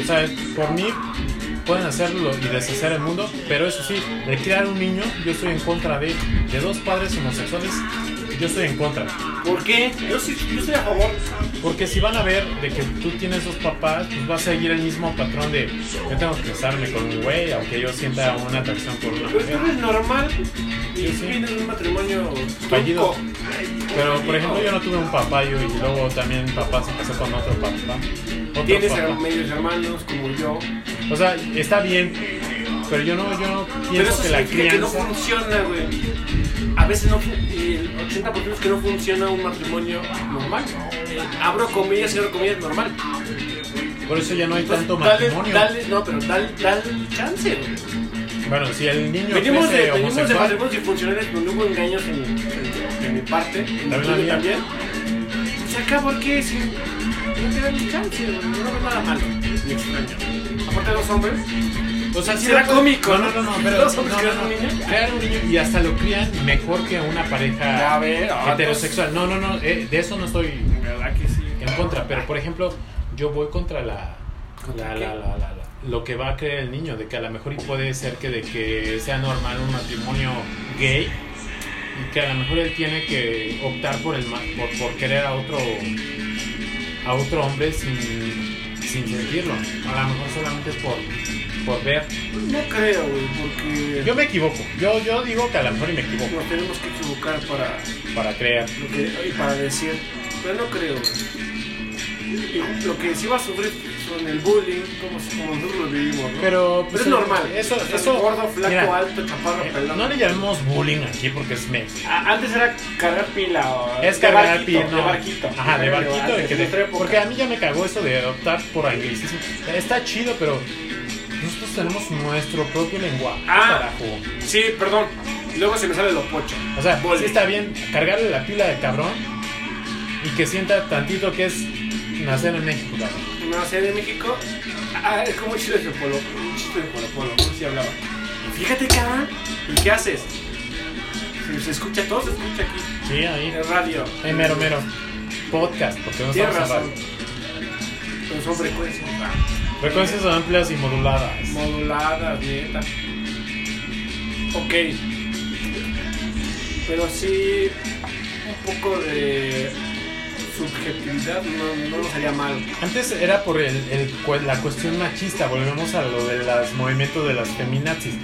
o sea, por mí pueden hacerlo y deshacer el mundo, pero eso sí, de crear un niño, yo estoy en contra de, de dos padres homosexuales, yo estoy en contra. ¿Por qué? Yo, sí, yo estoy a favor. Porque si van a ver de que tú tienes dos papás, pues va a seguir el mismo patrón de yo tengo que casarme con un güey, aunque yo sienta una atracción por una Pero mujer. esto es normal. Y Yo tú sí. vienes de un matrimonio Fallido. turco. Pero por ejemplo yo no tuve un papá yo y luego también papá se casó con otro papá. Otro Tienes papá. medios hermanos como yo. O sea, está bien, pero yo no, yo no Pero pienso eso que la significa que no crianza. funciona, güey. A veces no, fun- el 80% es que no funciona un matrimonio normal. Eh, abro comillas, cierro comillas, normal. Por eso ya no hay Entonces, tanto dale, matrimonio. dale, no, pero dale, dale chance, güey. Bueno, si el niño Venimos de, crece venimos de homosexual, matrimonios disfuncionales donde hubo engaños en, en- en mi parte, en También la la tuya mía. también. Se acabó el que si no te dan chance, güey, no veo nada malo, ni extraño. Aparte de los hombres, O sea, Será lo- cómico, No, no, no, no, pero. ¿No? ¿Sabes no, crear no, un no. niño? Crear un niño y hasta lo crían mejor que una pareja A ver, ah, heterosexual. No, no, no, eh, de eso no estoy verdad que sí. en contra, pero por ejemplo, yo voy contra la. ¿Contra la, qué? la, la, la- la- lo que va a creer el niño, de que a lo mejor y puede ser que de que sea normal un matrimonio gay y que a lo mejor él tiene que optar por el ma- por, por querer a otro a otro hombre sin, sin sentirlo. A lo mejor solamente es por, por ver No creo, güey, porque Yo me equivoco. Yo, yo digo que a lo mejor y me equivoco nos tenemos que equivocar para para creer. lo que, y para decir, pero no creo. güey. Y lo que sí va a sufrir son el bullying, como, como nosotros lo vivimos, ¿no? Pero, pues, es normal. Eso, Es eso. gordo, flaco, mira, alto, chaparro, eh, pelón. No le llamemos bullying aquí porque es México. A- Antes era cargar pila o Es de cargar barquito, pie, de no. barquito. Ajá, de Pero barquito. antes, de que en de- otra época. porque a mí ya me cagó eso de adoptar por anglicismo. Está chido, pero nosotros tenemos nuestro propio lenguaje. Ah. carajo. Sí, perdón. Luego se me sale lo pocho. O sea, Bullying. sí está bien cargarle la pila de cabrón y que sienta tantito que es nacer en México, cabrón. No sé, de México. Ah, es como un chiste de polo. Un chiste de polo polo. Así hablaba. Y fíjate, cabrón. ¿Y qué haces? Se, se escucha, todo se escucha aquí. Sí, ahí. En radio. Eh, mero, mero. Podcast, porque no Tienes estamos razón. pues, hablando. Pero son frecuencias. Frecuencias amplias y moduladas. Moduladas, neta. Ok. Pero sí, un poco de subjetividad no, no nos haría mal. Antes era por el, el cu- la cuestión machista, volvemos a lo de los movimientos de las feminazis,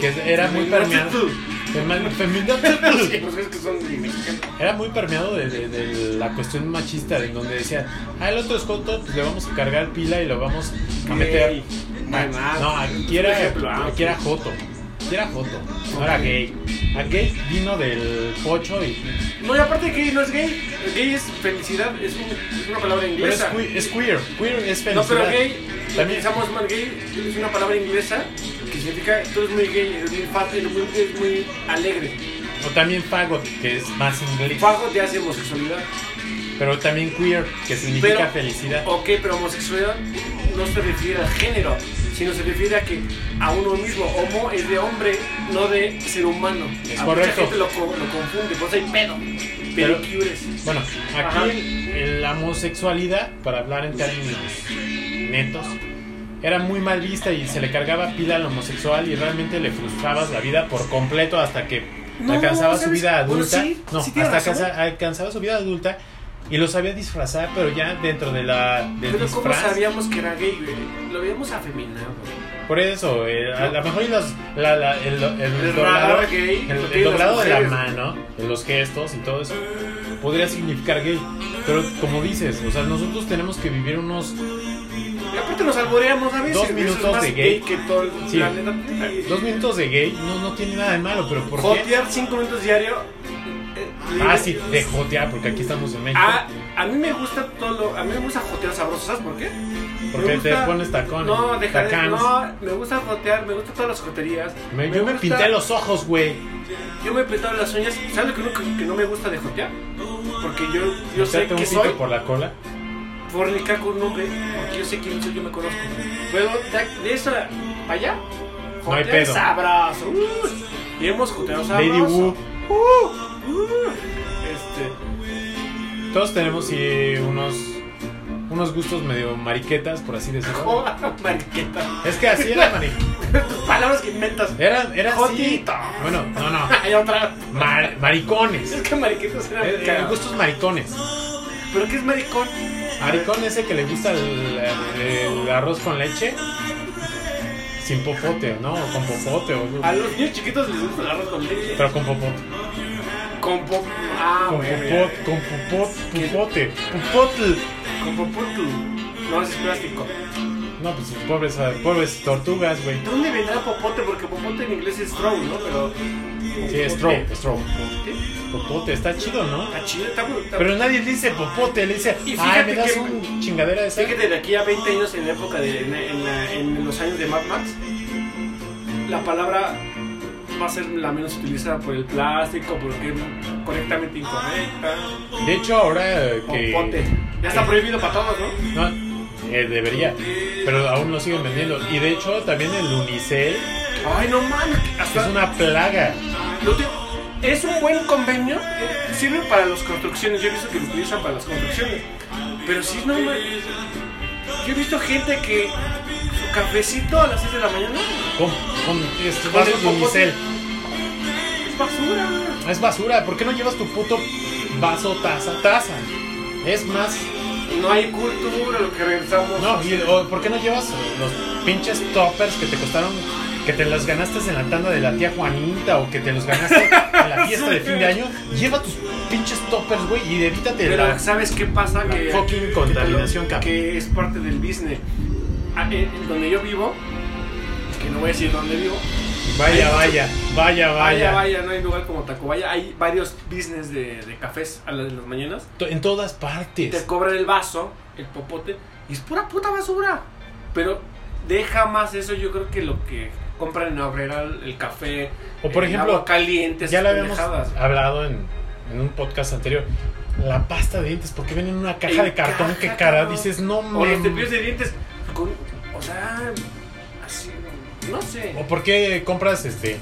que es- era muy permeado. Fema- feminazi. Pues es que son de mexicanos. Era muy permeado de, de- de la cuestión machista, de donde decían, ah, el otro es joto, pues le vamos a cargar pila y lo vamos a meter. Ah, Gay. Ay, más. No, aquí Por era, ejemplo, ah, aquí era joto. Aquí era joto, no era gay. A gay vino del pocho y No, y aparte que no es gay. Gay es felicidad, es, un- es una palabra Pero es, inglesa. que- es queer, queer es felicidad. No, pero gay, También, pensamos mal gay, es una palabra inglesa que significa tú eres muy gay, eres muy fat, eres muy, eres muy alegre. o también fagot, que es más inglés. Fago te hace homosexualidad. Pero también queer, que significa felicidad. Ok, pero homosexualidad no se refiere al género, sino se refiere a que a uno mismo. Homo es de hombre, no de ser humano. Es a correcto. Mucha gente lo, co- lo confunde, por eso hay pedo. Pero- Pedicures. Bueno, Ajá. aquí eh, la homosexualidad, para hablar en términos netos, era muy mal vista y se le cargaba pila al homosexual y realmente le frustrabas la vida por completo hasta que No, alcanzaba su ¿sabes? vida Bueno, adulta. sí, no, sí tiene hasta razón. ¿eh? alcanza- alcanzaba su vida adulta y lo sabía disfrazar, pero ya dentro de la del Pero ¿cómo disfraz. sabíamos que era gay, güey? Lo habíamos afeminado. Por eso, eh, a lo mejor y los- la- la- el, el El doblado, radar gay, el- lo el tienen las doblado de la mujeres. mano, los gestos y todo eso, podría significar gay. Pero como dices, o sea, nosotros tenemos que vivir unos Y aparte Solamente nos alboreamos a veces. Dos eso minutos es más de gay. que todo el Sí. planeta. Dos minutos de gay no, no tiene nada de malo, pero ¿por qué? Jotear cinco minutos diario. eh, Ah, eh, sí, de jotear, porque aquí estamos en México. A, a mí me gusta todo lo, A mí me gusta jotear sabroso, ¿sabes por qué? Porque Me te pones tacones, No, deja de- tacans. No, me gusta jotear, me gustan todas las joterías. Me- yo me gusta- pinté los ojos, güey. Yo me he pintado las uñas. ¿Sabes lo que no, que no me gusta de jotear? Porque yo, yo sé Meterte un que pito soy por la cola. fornicar con un hombre. Porque yo sé quién soy, yo me conozco. Pero de, de esa para allá, No hay jotear pedo. sabroso. Uh, y hemos joteado sabroso. Lady Wu. Uh, uh, este, Todos tenemos sí, unos, unos gustos medio mariquetas, por así decirlo. joda, mariqueta. Es que así era mariqueta. Tus palabras que inventas. Era, era así. Jotito. Bueno, no, no. Hay otra. Mar- maricones. Es que mariquetas eran Eh, eh, cagados. gustos maricones. ¿Pero qué es maricón? Maricón ese que le gusta el, el- el arroz con leche. Sin popote, ¿no? O con popote. o- A los niños chiquitos les gusta el arroz con leche. Pero con popote. Con pop. Ah, Con bueno, popot, ya, con popot, pupote. Pupotl. ya. Con popotl. No, ese es plástico. No, pues pobres, pobres tortugas, güey. ¿De dónde vendrá popote? Porque popote en inglés es straw, ¿no? Pero. Sí, es straw, es straw. Popote, está chido, ¿no? Está Ah, chido, está bueno. está- Pero nadie le dice popote, le dice, Y fíjate ay, me das que- un chingadera de esa. Fíjate, de aquí a 20 años, en la época de. En, en la- en los años de Mad Max, la palabra va a ser la menos utilizada por el plástico, porque es correctamente incorrecta. De hecho, ahora eh, que... Popote. Ya está que- prohibido para todos, ¿no? No, eh, debería, pero aún lo siguen vendiendo. Y de hecho, también el unicel Ay, no mames. Hasta. es una plaga. Lo digo, es un buen convenio, eh, sirve para las construcciones, yo he visto que lo utilizan para las construcciones, pero si no, ma- yo he visto gente que su cafecito a las 6 de la mañana Con, con estos Con el vasos de popote. unicel. es basura. Es basura. ¿Por qué no llevas tu puto vaso, taza, taza? Es más, No hay cultura, lo que regresamos. no, y- o, ¿por qué no llevas los pinches toppers que te costaron, que te los ganaste en la tanda de la tía Juanita o que te los ganaste en la fiesta de fin de año? Lleva tus pinches toppers, güey, y evítate Pero la... ¿sabes qué pasa? la que, fucking que- contaminación, que, cabrón. es parte del business. Ah, eh, donde yo vivo, que no voy a decir dónde vivo, Vaya, vaya, vaya, vaya, vaya. vaya, no hay lugar como Tacubaya, hay varios business de, de cafés a las de las mañanas. To- En todas te partes. cobran el vaso, el popote, y es pura puta basura. Pero deja más eso, yo creo que lo que compran en Abrera, el café, O, por el ejemplo, agua caliente, Ya esas lo habíamos pendejadas. hablado en, en un podcast anterior. La pasta de dientes, porque viene en una caja En de cartón caja, que cara cabrón. dices, no O los mames. cepillos de dientes, con- o sea, así, no sé. O por qué compras este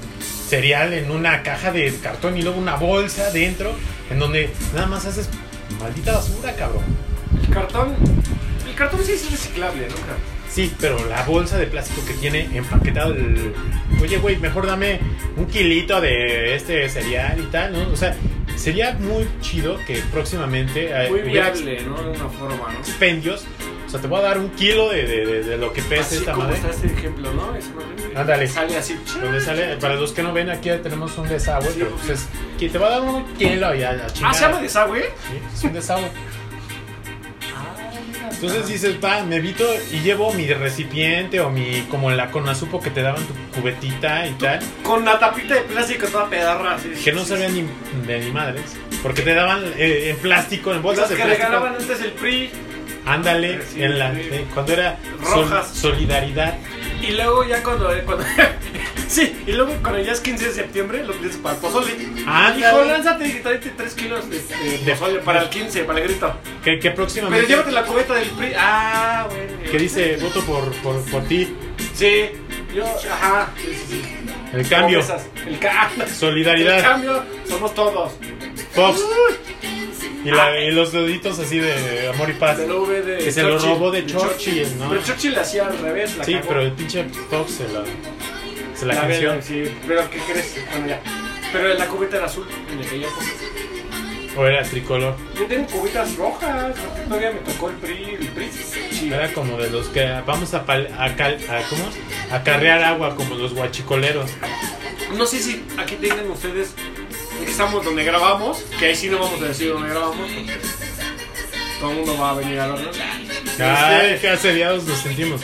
cereal en una caja de cartón y luego una bolsa dentro en donde nada más haces maldita basura, cabrón. El cartón, el cartón sí es reciclable, ¿no? Claro. Sí, pero la bolsa de plástico que tiene empaquetado el... Oye, güey, mejor dame un kilito de este cereal y tal, ¿no? O sea, sería muy chido que próximamente... eh, Muy hubiera viable, ¿no? De una forma, ¿no? expendios. O sea, te voy a dar un kilo de, de- de- de lo que pesa Así esta como madre. está este ejemplo, ¿no? Es horrible. Ándale. Sale así. Donde sale, para los que no ven, aquí tenemos un desagüe. Sí, pero pues es que te va a dar un kilo y a la chingada. Ah, se llama desagüe. Sí, es un desagüe. Entonces dices, va, me evito y llevo mi recipiente o mi, como en la conazupo que te daban tu cubetita y tal, Con la tapita de plástico toda pedarra. así. que no servían ni de ni madres, porque te daban eh, en plástico, en bolsas Los de que plástico. regalaban antes el PRI Ándale, Sí, en la, sí. eh, cuando era sol- Rojas. solidaridad. y luego ya cuando... eh, cuando sí, y luego cuando ya es 15 de septiembre lo pides para el pozole. Ándale. Hijo, lánzate y tráete 3 kilos de, de De- pozole para de- el 15, para el grito. Que, que próximamente. Pero llévate la cubeta del PRI. Ah, bueno. que dice voto por, por, por ti. Sí, yo... Ajá. sí, sí, sí. El cambio. Como esas, El, ca- El Solidaridad. cambio somos todos. Fox. Y, la- y los deditos así de amor y paz. Del V de Que se lo Churchill. robó de Churchill, ¿no? Pero Churchill la hacía al revés. La Sí, cagó. pero el pinche Fox se la, se la, La canción. verga, sí. Pero ¿qué crees? Bueno, ya. Pero la cubeta era azul en aquella época. O era tricolor. Yo tengo cubitas rojas, porque todavía me tocó el PRI, el PRI. Sí. Era como de los que vamos a, pal- a, cal- a- ¿cómo? a carrear agua, como los guachicoleros. No sé si aquí tengan ustedes que estamos donde grabamos, que ahí sí no vamos a decir dónde grabamos, porque todo el mundo va a venir a vernos. Ah, Este, qué asediados nos sentimos.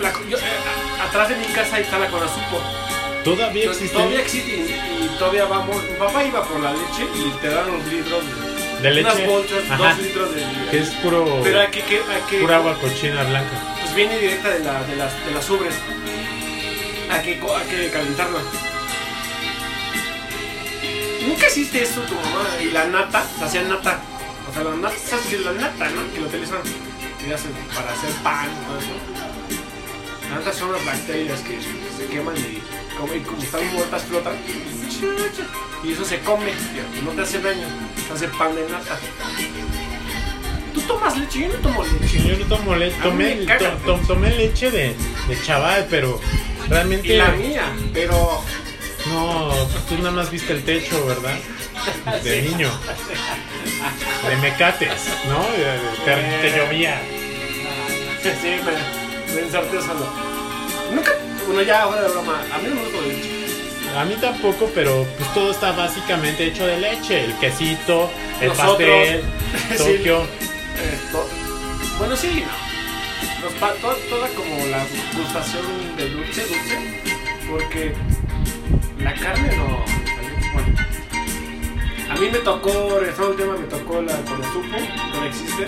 la- yo, eh, a- atrás de mi casa ahí está la Conasupo. Todavía existe Todavía existe y, y todavía vamos. Mi papá iba por la leche y te dan los litros de, de leche. Unas bolsas, Ajá. dos litros de. Que es puro Pero hay que, que, hay que pura agua cochina blanca. pues viene directa de, la, de, las, de las ubres. Hay que, co- hay que calentarla. Nunca hiciste eso tu mamá. Y la nata, se hacía nata. O sea, la nata, ¿sabes qué es la nata, no? Que lo utilizan y hacen para hacer pan y todo eso. La nata son unas bacterias que se queman y, como, y como están muertas flotan. Y eso se come, tío, y no te hace daño. Te hace pan de nata. ¿Tú tomas leche? Yo no tomo leche. Yo no tomo leche. A mí Tomé, me caga. to- to- tomé leche de, de chaval, pero realmente. Y la mía, pero No, pues tú nada más viste el techo, ¿verdad? De Sí. niño. De mecates, ¿no? De- de- Eh. Te, te llovía. sí, sí, me, me ensarté solo. Nunca, bueno, ya ahora de broma, a mí no me gusta la leche. A mí tampoco, pero pues todo está básicamente hecho de leche. El quesito, el Nosotros- pastel, Sí. Tokio. Eh, to- bueno, sí, no. Los pa- to- toda como la gustación de dulce, dulce, porque la carne no. la leche, Bueno, a mí me tocó, regresando al tema, me tocó la con el tupo, que no existe.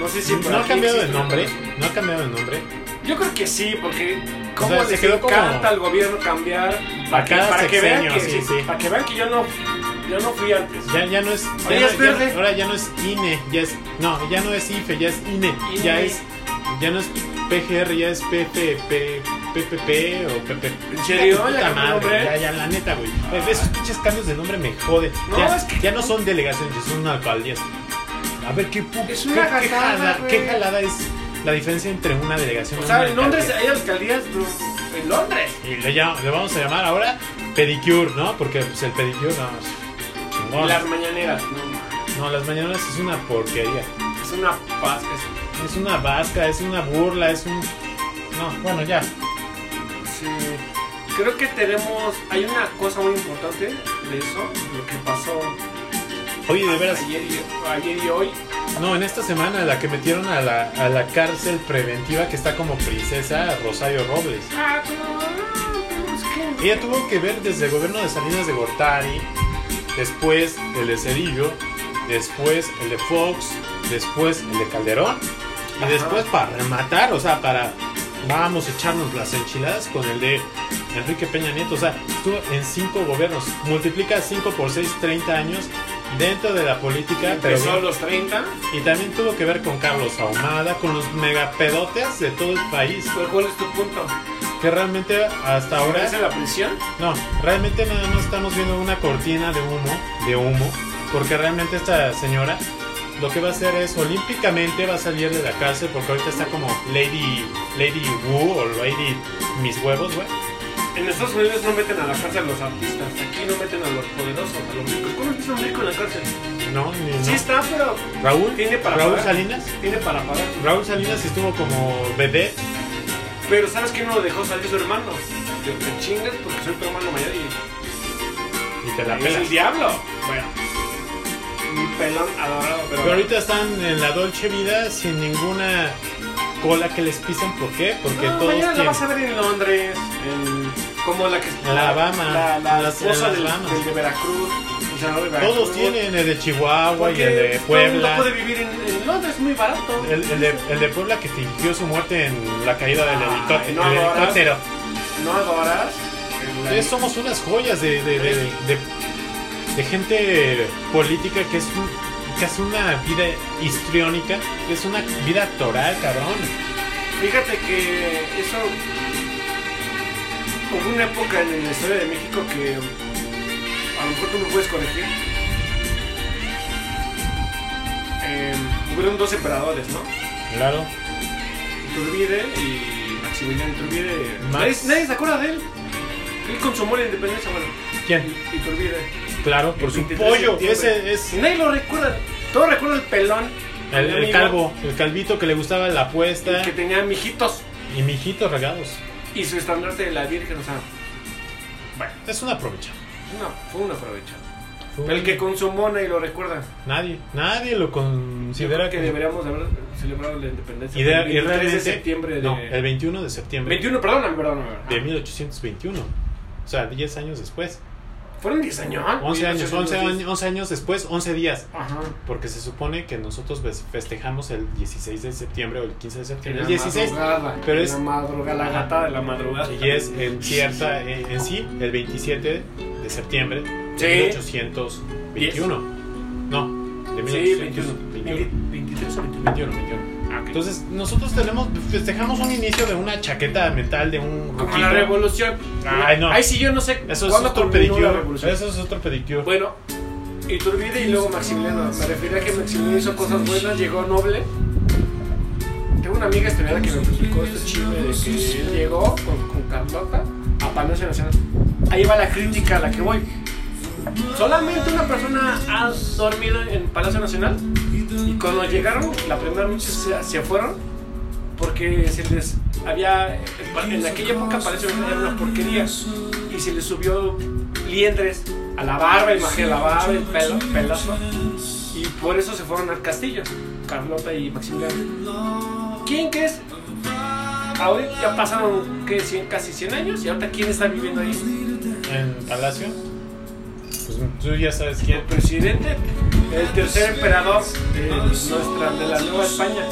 No sé si por no ha aquí cambiado de existe. nombre. No ha cambiado de nombre. Yo creo que sí, porque como sea, se les quedó encanta como- al gobierno cambiar Para para que, cada para que vean sexenio, que sí, sí. para que vean que yo no yo no fui antes. Ya, ya no es. ya Ahora ya no- es verde. ahora ya no es INE. Ya es, no, ya no es IFE, ya es INE. INE. Ya es. Ya no es PGR, ya es E, PPP. PPP o PP. ¿En serio? Puta ¿Ya cambió madre, nombre? Ya, ya, la neta, güey. Pues, Esos pinches cambios de nombre me jode. No, ya, es que- ya no son delegaciones, ya son alcaldías. A ver, qué pu- Es qué- una qué, jalada, jalada, güey. qué jalada es la diferencia entre una delegación O y sea, una en Londres alcaldía? hay alcaldías pero en Londres. Y le, llam- le vamos a llamar ahora Pedicure, ¿no? Porque pues, el Pedicure, no. Y chingón. las mañaneras, no mames, No, las mañanas es una porquería. es una paz que Es una vasca, es una burla, es un. No, bueno, ya. es- sí. Creo que tenemos hay una cosa muy importante de eso, lo que pasó Oye, de veras, ayer y, ayer y hoy. no, en esta semana la que metieron a la, a la cárcel preventiva que está como princesa Rosario Robles. Ah, pero, ah, pero es que- Ella tuvo que ver desde el gobierno de Salinas de Gortari, después el de Cedillo, después el de Fox, después el de Calderón, y Ajá. después para rematar, o sea, para vamos a echarnos las enchiladas con el de Enrique Peña Nieto, o sea, estuvo en cinco gobiernos, multiplica 5 por 6, 30 años dentro de la política, pero empezó a bien. los 30, y también tuvo que ver con Carlos Ahumada, con los megapedotes de todo el país, pero ¿cuál es tu punto? que realmente hasta ahora... ¿Es en la prisión? No, realmente nada más estamos viendo una cortina de humo, de humo, porque realmente esta señora lo que va a hacer es olímpicamente va a salir de la cárcel porque ahorita está como Lady Lady Wu o Lady Mis Huevos, güey. En Estados Unidos no meten a la cárcel a los artistas, aquí no meten a los poderosos, a los ricos. ¿Cómo empieza un rico en la cárcel? No, ni no. Sí está, pero Raúl, tiene para Raúl pagar. Salinas. tiene para pagar. Raúl Salinas estuvo como bebé. Pero ¿sabes quién no lo dejó salir su hermano? Te, te chingas porque soy tu hermano mayor y y te la es el pelas. diablo. Bueno, un pelón adorado, pero... Pero ahorita están en la dolce vida sin ninguna cola que les pisen. ¿Por qué? Porque No, todos mañana la tienen. vas a ver en Londres, en, como la que... En la Alabama, La, la en las- en esposa las del, Bahamas. del de Veracruz, el senador de Veracruz. Todos tienen el de Chihuahua y Porque el de Puebla. No puede vivir en, en Londres, es muy barato. El, el de, el de Puebla que fingió su muerte en la caída del Ay, helicóptero. no, el no, helicóptero. ¿No adoras? En la- Eh, Somos unas joyas de, de, de- de- de gente política que es un- que hace una vida histriónica, que es una vida actoral, cabrón. Fíjate que eso. Hubo una época en la historia de México que. A lo mejor tú me puedes corregir. Eh, hubieron dos emperadores, ¿no? Claro. Iturbide y Maximiliano Iturbide. Max. Nadie, nadie se acuerda de él. Él consumó la e independencia, bueno. ¿Quién? Iturbide. Claro, por El su 23 de pollo. septiembre. Ese es Y nadie lo recuerda. Todos recuerdan el pelón. el, el amigo, calvo, el calvito que le gustaba la apuesta el que tenía mijitos. y mijitos regados. Y su estandarte de la Virgen, o sea. Bueno, Es una aprovecha. no, fue una aprovechada. El que con su mona y lo recuerda. Nadie, nadie lo Yo considera creo que como- deberíamos haber celebrado la independencia. Y, de, el y 23 realmente, de septiembre de. No, el 21 de septiembre 21, perdóname, perdóname. Ajá. de 1821. O sea, 10 años después. ¿Fueron 10 años? 11 años, 11 1910. años, 11 años después, 11 días. Ajá. Porque se supone que nosotros ves- festejamos el 16 de septiembre o el 15 de septiembre. En El la 16. madrugada, pero en es- La madrugada, la gata de la madrugada. Y es en cierta, en, en sí, el 27 de septiembre de Sí. 1821. No, de Sí, 21. 1821. 23 o 21. 21, 21. Ah, ok. Entonces, nosotros tenemos, festejamos un inicio de una chaqueta mental de un Como ruquito. la revolución. Ay, no. Ahí sí yo no sé Eso es cuándo otro terminó la pedicure. revolución. Eso es otro pedicure. Bueno, Iturbide y luego Maximiliano. Me refiero a que Maximiliano hizo cosas buenas, llegó noble. Tengo una amiga estudiada que me explicó este chisme de que él llegó con, con Carlota a Palacio Nacional. Ahí va la crítica a la que voy. Solamente una persona ha dormido en Palacio Nacional y cuando llegaron, la primera noche se, se fueron porque se les había. En aquella época Palacio Nacional era una porquería y se les subió liendres a la barba, imagínate, la barba, el pelo, pelazo. Y por eso se fueron al castillo, Carlota y Maximiliano. ¿Quién crees? Ahorita ya pasaron ¿qué, cien- casi 100 años y ahorita ¿quién está viviendo ahí? en Palacio, pues tú ya sabes quién. El presidente, el tercer emperador de, nuestra, de la Nueva España.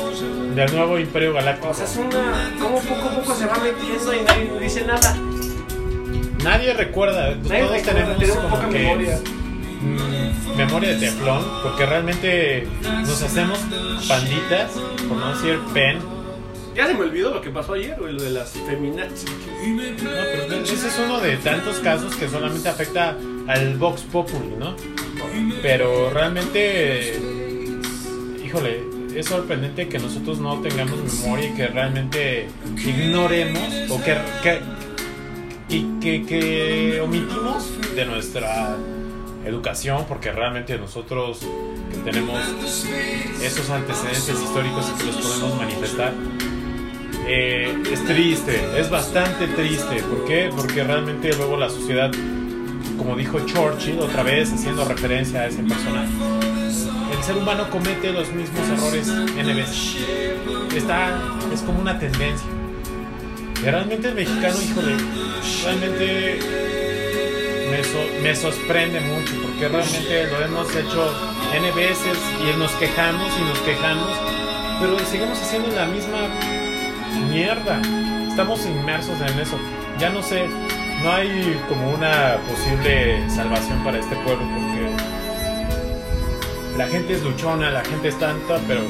Del nuevo Imperio Galáctico. O sea, es una... ¿Cómo poco a poco se va metiendo y nadie dice nada? Nadie recuerda. eh, Nadie todos recuerda, tenemos, como poca que, memoria. mm, memoria de teflón, porque realmente nos hacemos panditas, por no decir pen. No, Ya se me olvidó lo que pasó ayer, güey, lo de las feminazis. pero ese es uno de tantos casos que solamente afecta al Vox Populi, ¿no? Pero realmente, híjole, es sorprendente que nosotros no tengamos memoria y que realmente ignoremos o que, que- y que, que omitimos de nuestra educación, porque realmente nosotros que tenemos esos antecedentes históricos y que los podemos manifestar. eh, es triste, es bastante triste. ¿Por qué? Porque realmente luego la sociedad como dijo Churchill otra vez haciendo referencia a ese personaje, el ser humano comete los mismos errores n veces. Está, es como una tendencia. Y realmente el mexicano, híjole, realmente me, so- me sorprende mucho porque realmente lo hemos hecho n veces y nos quejamos y nos quejamos, pero seguimos haciendo la misma mierda. Estamos inmersos en eso. Ya no sé, no hay como una posible salvación para este pueblo porque la gente es luchona, la gente es tanta, pero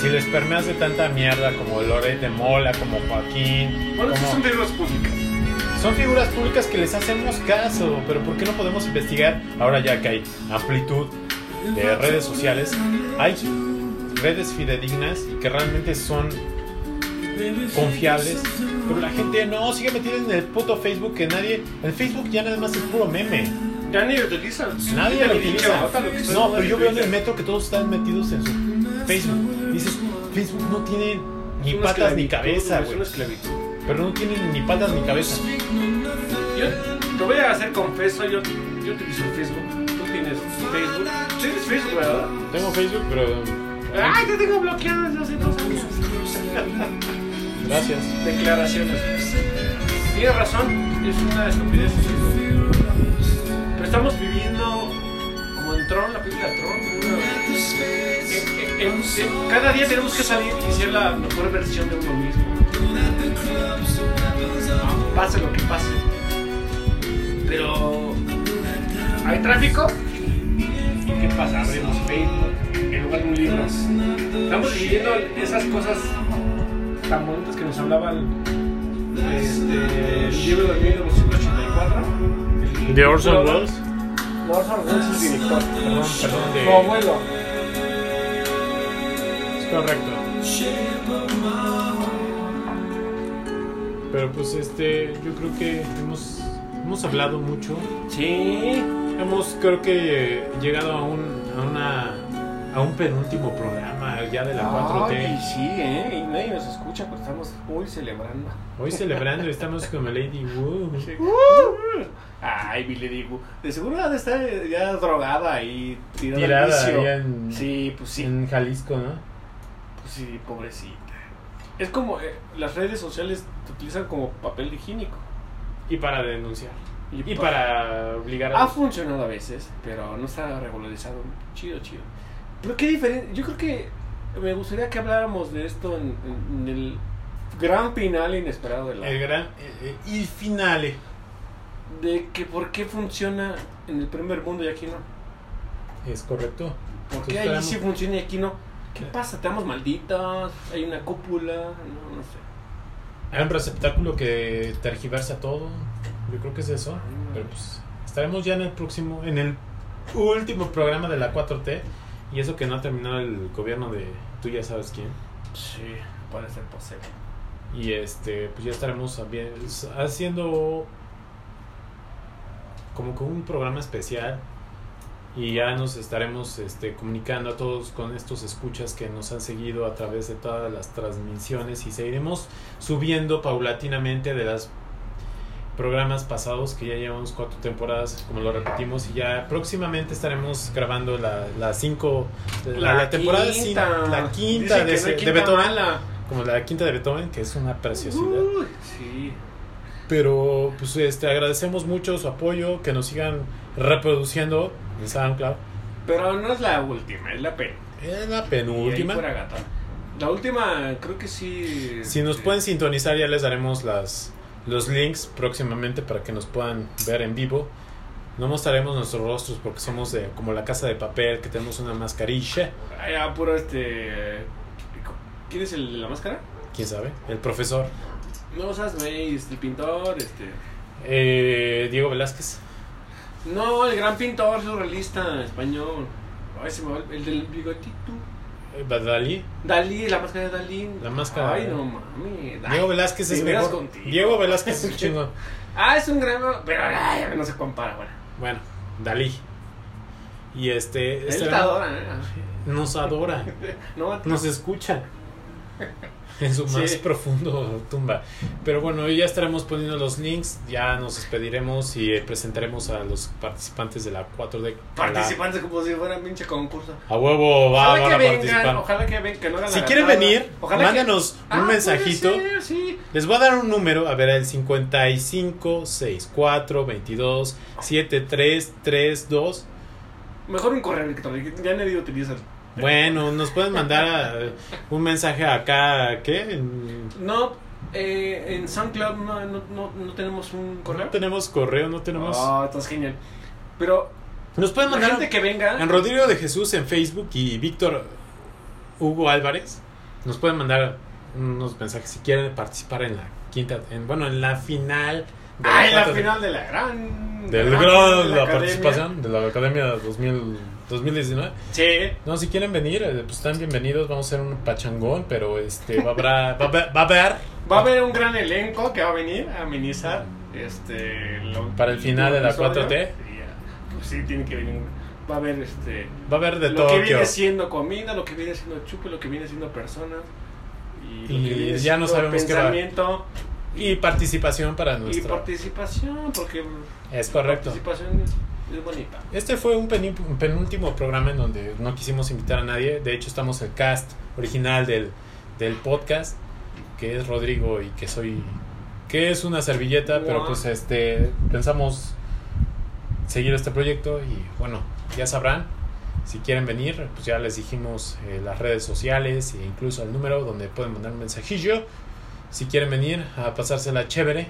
si les permeas de tanta mierda como Loret de Mola, como Joaquín, Bueno, como- esas son figuras públicas. son figuras públicas que les hacemos caso, pero ¿por qué no podemos investigar ahora ya que hay amplitud de redes sociales? Hay redes fidedignas que realmente son confiables, pero la gente no sigue metida en el puto Facebook que nadie, el Facebook ya nada más es puro meme, Ya ni lo utilizan. nadie Ya lo ni pinche utiliza. bota, lo que está No, de pero yo veo en el Twitter. metro que todos están metidos en su Facebook. Dices, Facebook no tiene ni Es una patas ni esclavitud, cabeza, Es güey. una esclavitud. Pero no tienen ni patas ni cabeza. Yo te voy a hacer confeso, yo, yo utilizo Facebook. Tú tienes Facebook. Tienes Facebook, ¿verdad? Tengo Facebook, pero Ay, te tengo bloqueado desde hace dos años. Gracias. Declaraciones. Tienes razón, es una estupidez. Pero estamos viviendo como en Tron, la película Tron. ¿eh? una- en- en- en- eh, cada día tenemos que salir y ser la mejor versión de uno mismo. Pase lo que pase. Pero hay tráfico. ¿Y qué pasa? Abrimos Facebook en lugar de un libro. Estamos viviendo esas cosas tan bonitas que nos hablaba el, este, el libro de 1984. ¿De Orson Welles? No, Orson Welles es el director. Perdón, perdón, de... Su abuelo. Es correcto. Pero pues este, yo creo que hemos, hemos hablado mucho. Sí. Hemos creo que eh, llegado a un, a una, a un penúltimo programa ya de la 4T. sí, ¿eh? Y nadie nos escucha porque estamos hoy celebrando. Hoy celebrando, estamos con Lady Wu. Uh. Ay, Billy Dibu. De seguro ha de estar ya drogada y tirada, al Tirada vicio. allá en- Sí, pues sí. En Jalisco, ¿no? Pues sí, pobrecita. Es como eh, las redes sociales te utilizan como papel higiénico. Y para denunciar. Y pa- para obligar a... Ha los- funcionado a veces, pero no está regularizado. Chido, chido. Pero qué diferente. Yo creo que me gustaría que habláramos de esto en, en- en el gran final inesperado de la. El gran... eh, eh, y finale. De que por qué funciona en el primer mundo y aquí no. Es correcto. ¿Por Entonces, qué ahí esperamos- sí funciona y aquí no? ¿Qué pasa? ¿Estamos malditos? ¿Hay una cúpula? No, no sé. Hay un receptáculo que tergiversa todo. Yo creo que es eso. Pero pues estaremos ya en el próximo, en el último programa de la 4T. Y eso que no ha terminado el gobierno de tú ya sabes quién. Sí, puede ser posible. Y este, pues ya estaremos también haciendo como que un programa especial. Y ya nos estaremos este, comunicando a todos con estos escuchas que nos han seguido a través de todas las transmisiones y seguiremos subiendo paulatinamente de los programas pasados que ya llevamos cuatro temporadas, como lo repetimos, y ya próximamente estaremos grabando la, la cinco, la, la temporada cin- la quinta de, ese- de Beethoven Betorala. como la quinta de Beethoven, que es una preciosidad. sí. Pero pues este agradecemos mucho su apoyo, que nos sigan reproduciendo en SoundCloud. Pero no es la última, es la penúltima. Es la Y ahí penúltima. fuera gata. La última, creo que sí. Si nos eh, pueden sintonizar ya les daremos las los links próximamente para que nos puedan ver en vivo. No mostraremos nuestros rostros porque somos de como la casa de papel que tenemos una mascarilla, ay, ah, puro este. ¿Quién es el de la máscara? quién sabe, el profesor No, sabes, veis, el pintor, este. eh, Diego Velázquez, No, el gran pintor surrealista español. Ay, se me va el, el del bigotito. eh, Badalí, Dalí, la máscara de Dalí. La máscara. eh. Ay, no mames. Ay, Diego Velázquez de es veras mejor. contigo. Diego Velázquez es un chingón. Ah, es un gran. Pero ay, no se compara, bueno. Bueno, Dalí. Y este. Él este te adora, ¿eh? Nos adora. No, Nos escucha. En su más Sí. profundo tumba. Pero bueno, ya estaremos poniendo los links. Ya nos despediremos y eh, presentaremos a los participantes de la 4D. participantes como si fuera un pinche concurso. A huevo, va, ojalá van que a vengan, participar. ojalá que vengan, que no hagan Si la quieren gatada. venir, Ojalá que- mándanos Ah, un puede mensajito. ser, sí. Les voy a dar un número, a ver, el 55 64 22 73 32. Mejor un correo electrónico, ya nadie utiliza. Bueno, nos pueden mandar a- un mensaje acá, ¿qué? En- No, eh, en SoundCloud no, no, no, no tenemos un correo. No tenemos correo, no tenemos. Ah, estás genial. Pero Nos pueden la mandar gente que venga, en Rodrigo de Jesús en Facebook y Víctor Hugo Álvarez. Nos pueden mandar unos mensajes si quieren participar en la quinta, en, bueno, en la final. de ah, en la cuarta- final de la gran. Del gran- gran, de la, academia. participación de la Academia 2000 2019. Sí. No, si quieren venir, eh, pues están bienvenidos. Vamos a hacer un pachangón, pero este va a habrá- va a haber- va a haber Va a haber un gran elenco que va a venir a amenizar este lo- Para el final de la episodio. 4T. Sí, ya. pues sí, tiene que venir. Va a haber este va a haber de lo todo. que viene siendo comida, lo que viene siendo chupe, lo que viene siendo personas y, lo Y que viene ya no siendo sabemos qué va. pensamiento Y participación para y nuestra. participación, porque Es correcto. participación es, es bonita. Este fue un peni- un penúltimo programa en donde no quisimos invitar a nadie. De hecho, estamos el cast original del, del podcast, que es Rodrigo y que soy. que es una servilleta, pero Guau. pues este. pensamos seguir este proyecto y bueno, ya sabrán. Si quieren venir, pues ya les dijimos eh, las redes sociales e incluso el número donde pueden mandar un mensajillo. Si quieren venir a pasársela chévere.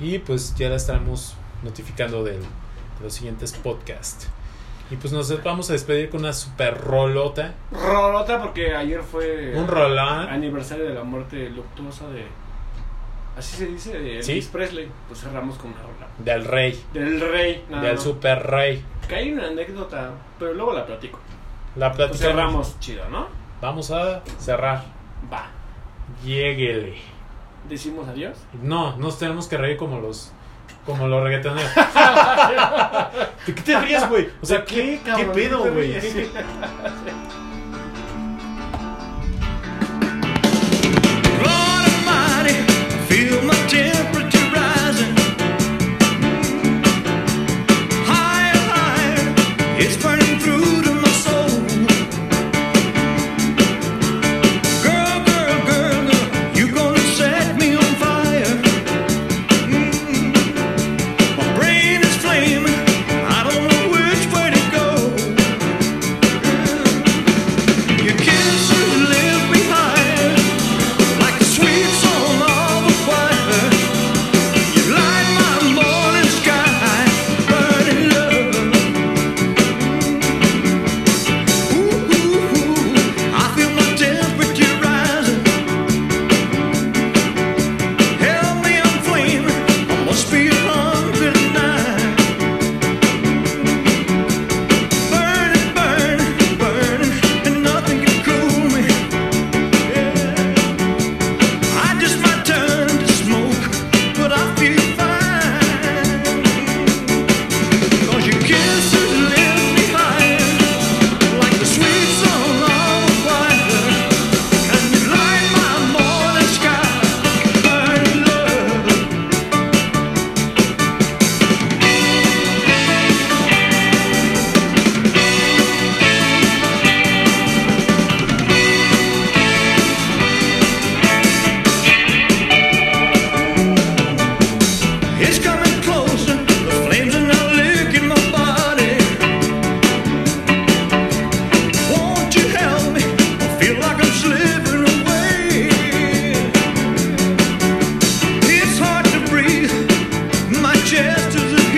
Y pues ya la estaremos notificando del- de los siguientes podcasts. Y pues nos vamos a despedir con una super rolota. Rolota porque ayer fue Un rolón. aniversario de la muerte luctuosa de así se dice de Sí. Elvis Presley, pues cerramos con una rola. Del rey. Del rey, nada Del más. super rey. Que hay una anécdota, pero luego la platico. La Pues plática. cerramos chido, ¿no? Vamos a cerrar. Va. Lléguele. Decimos adiós. No, nos tenemos que reír como los. Como los reggaetoneros. ¿De qué te ríes, güey? O sea, ¿qué, qué cabrón? ¿Qué pedo, te güey? ríes? Lord Almighty, I feel my temperature rising. It's Mm-hmm.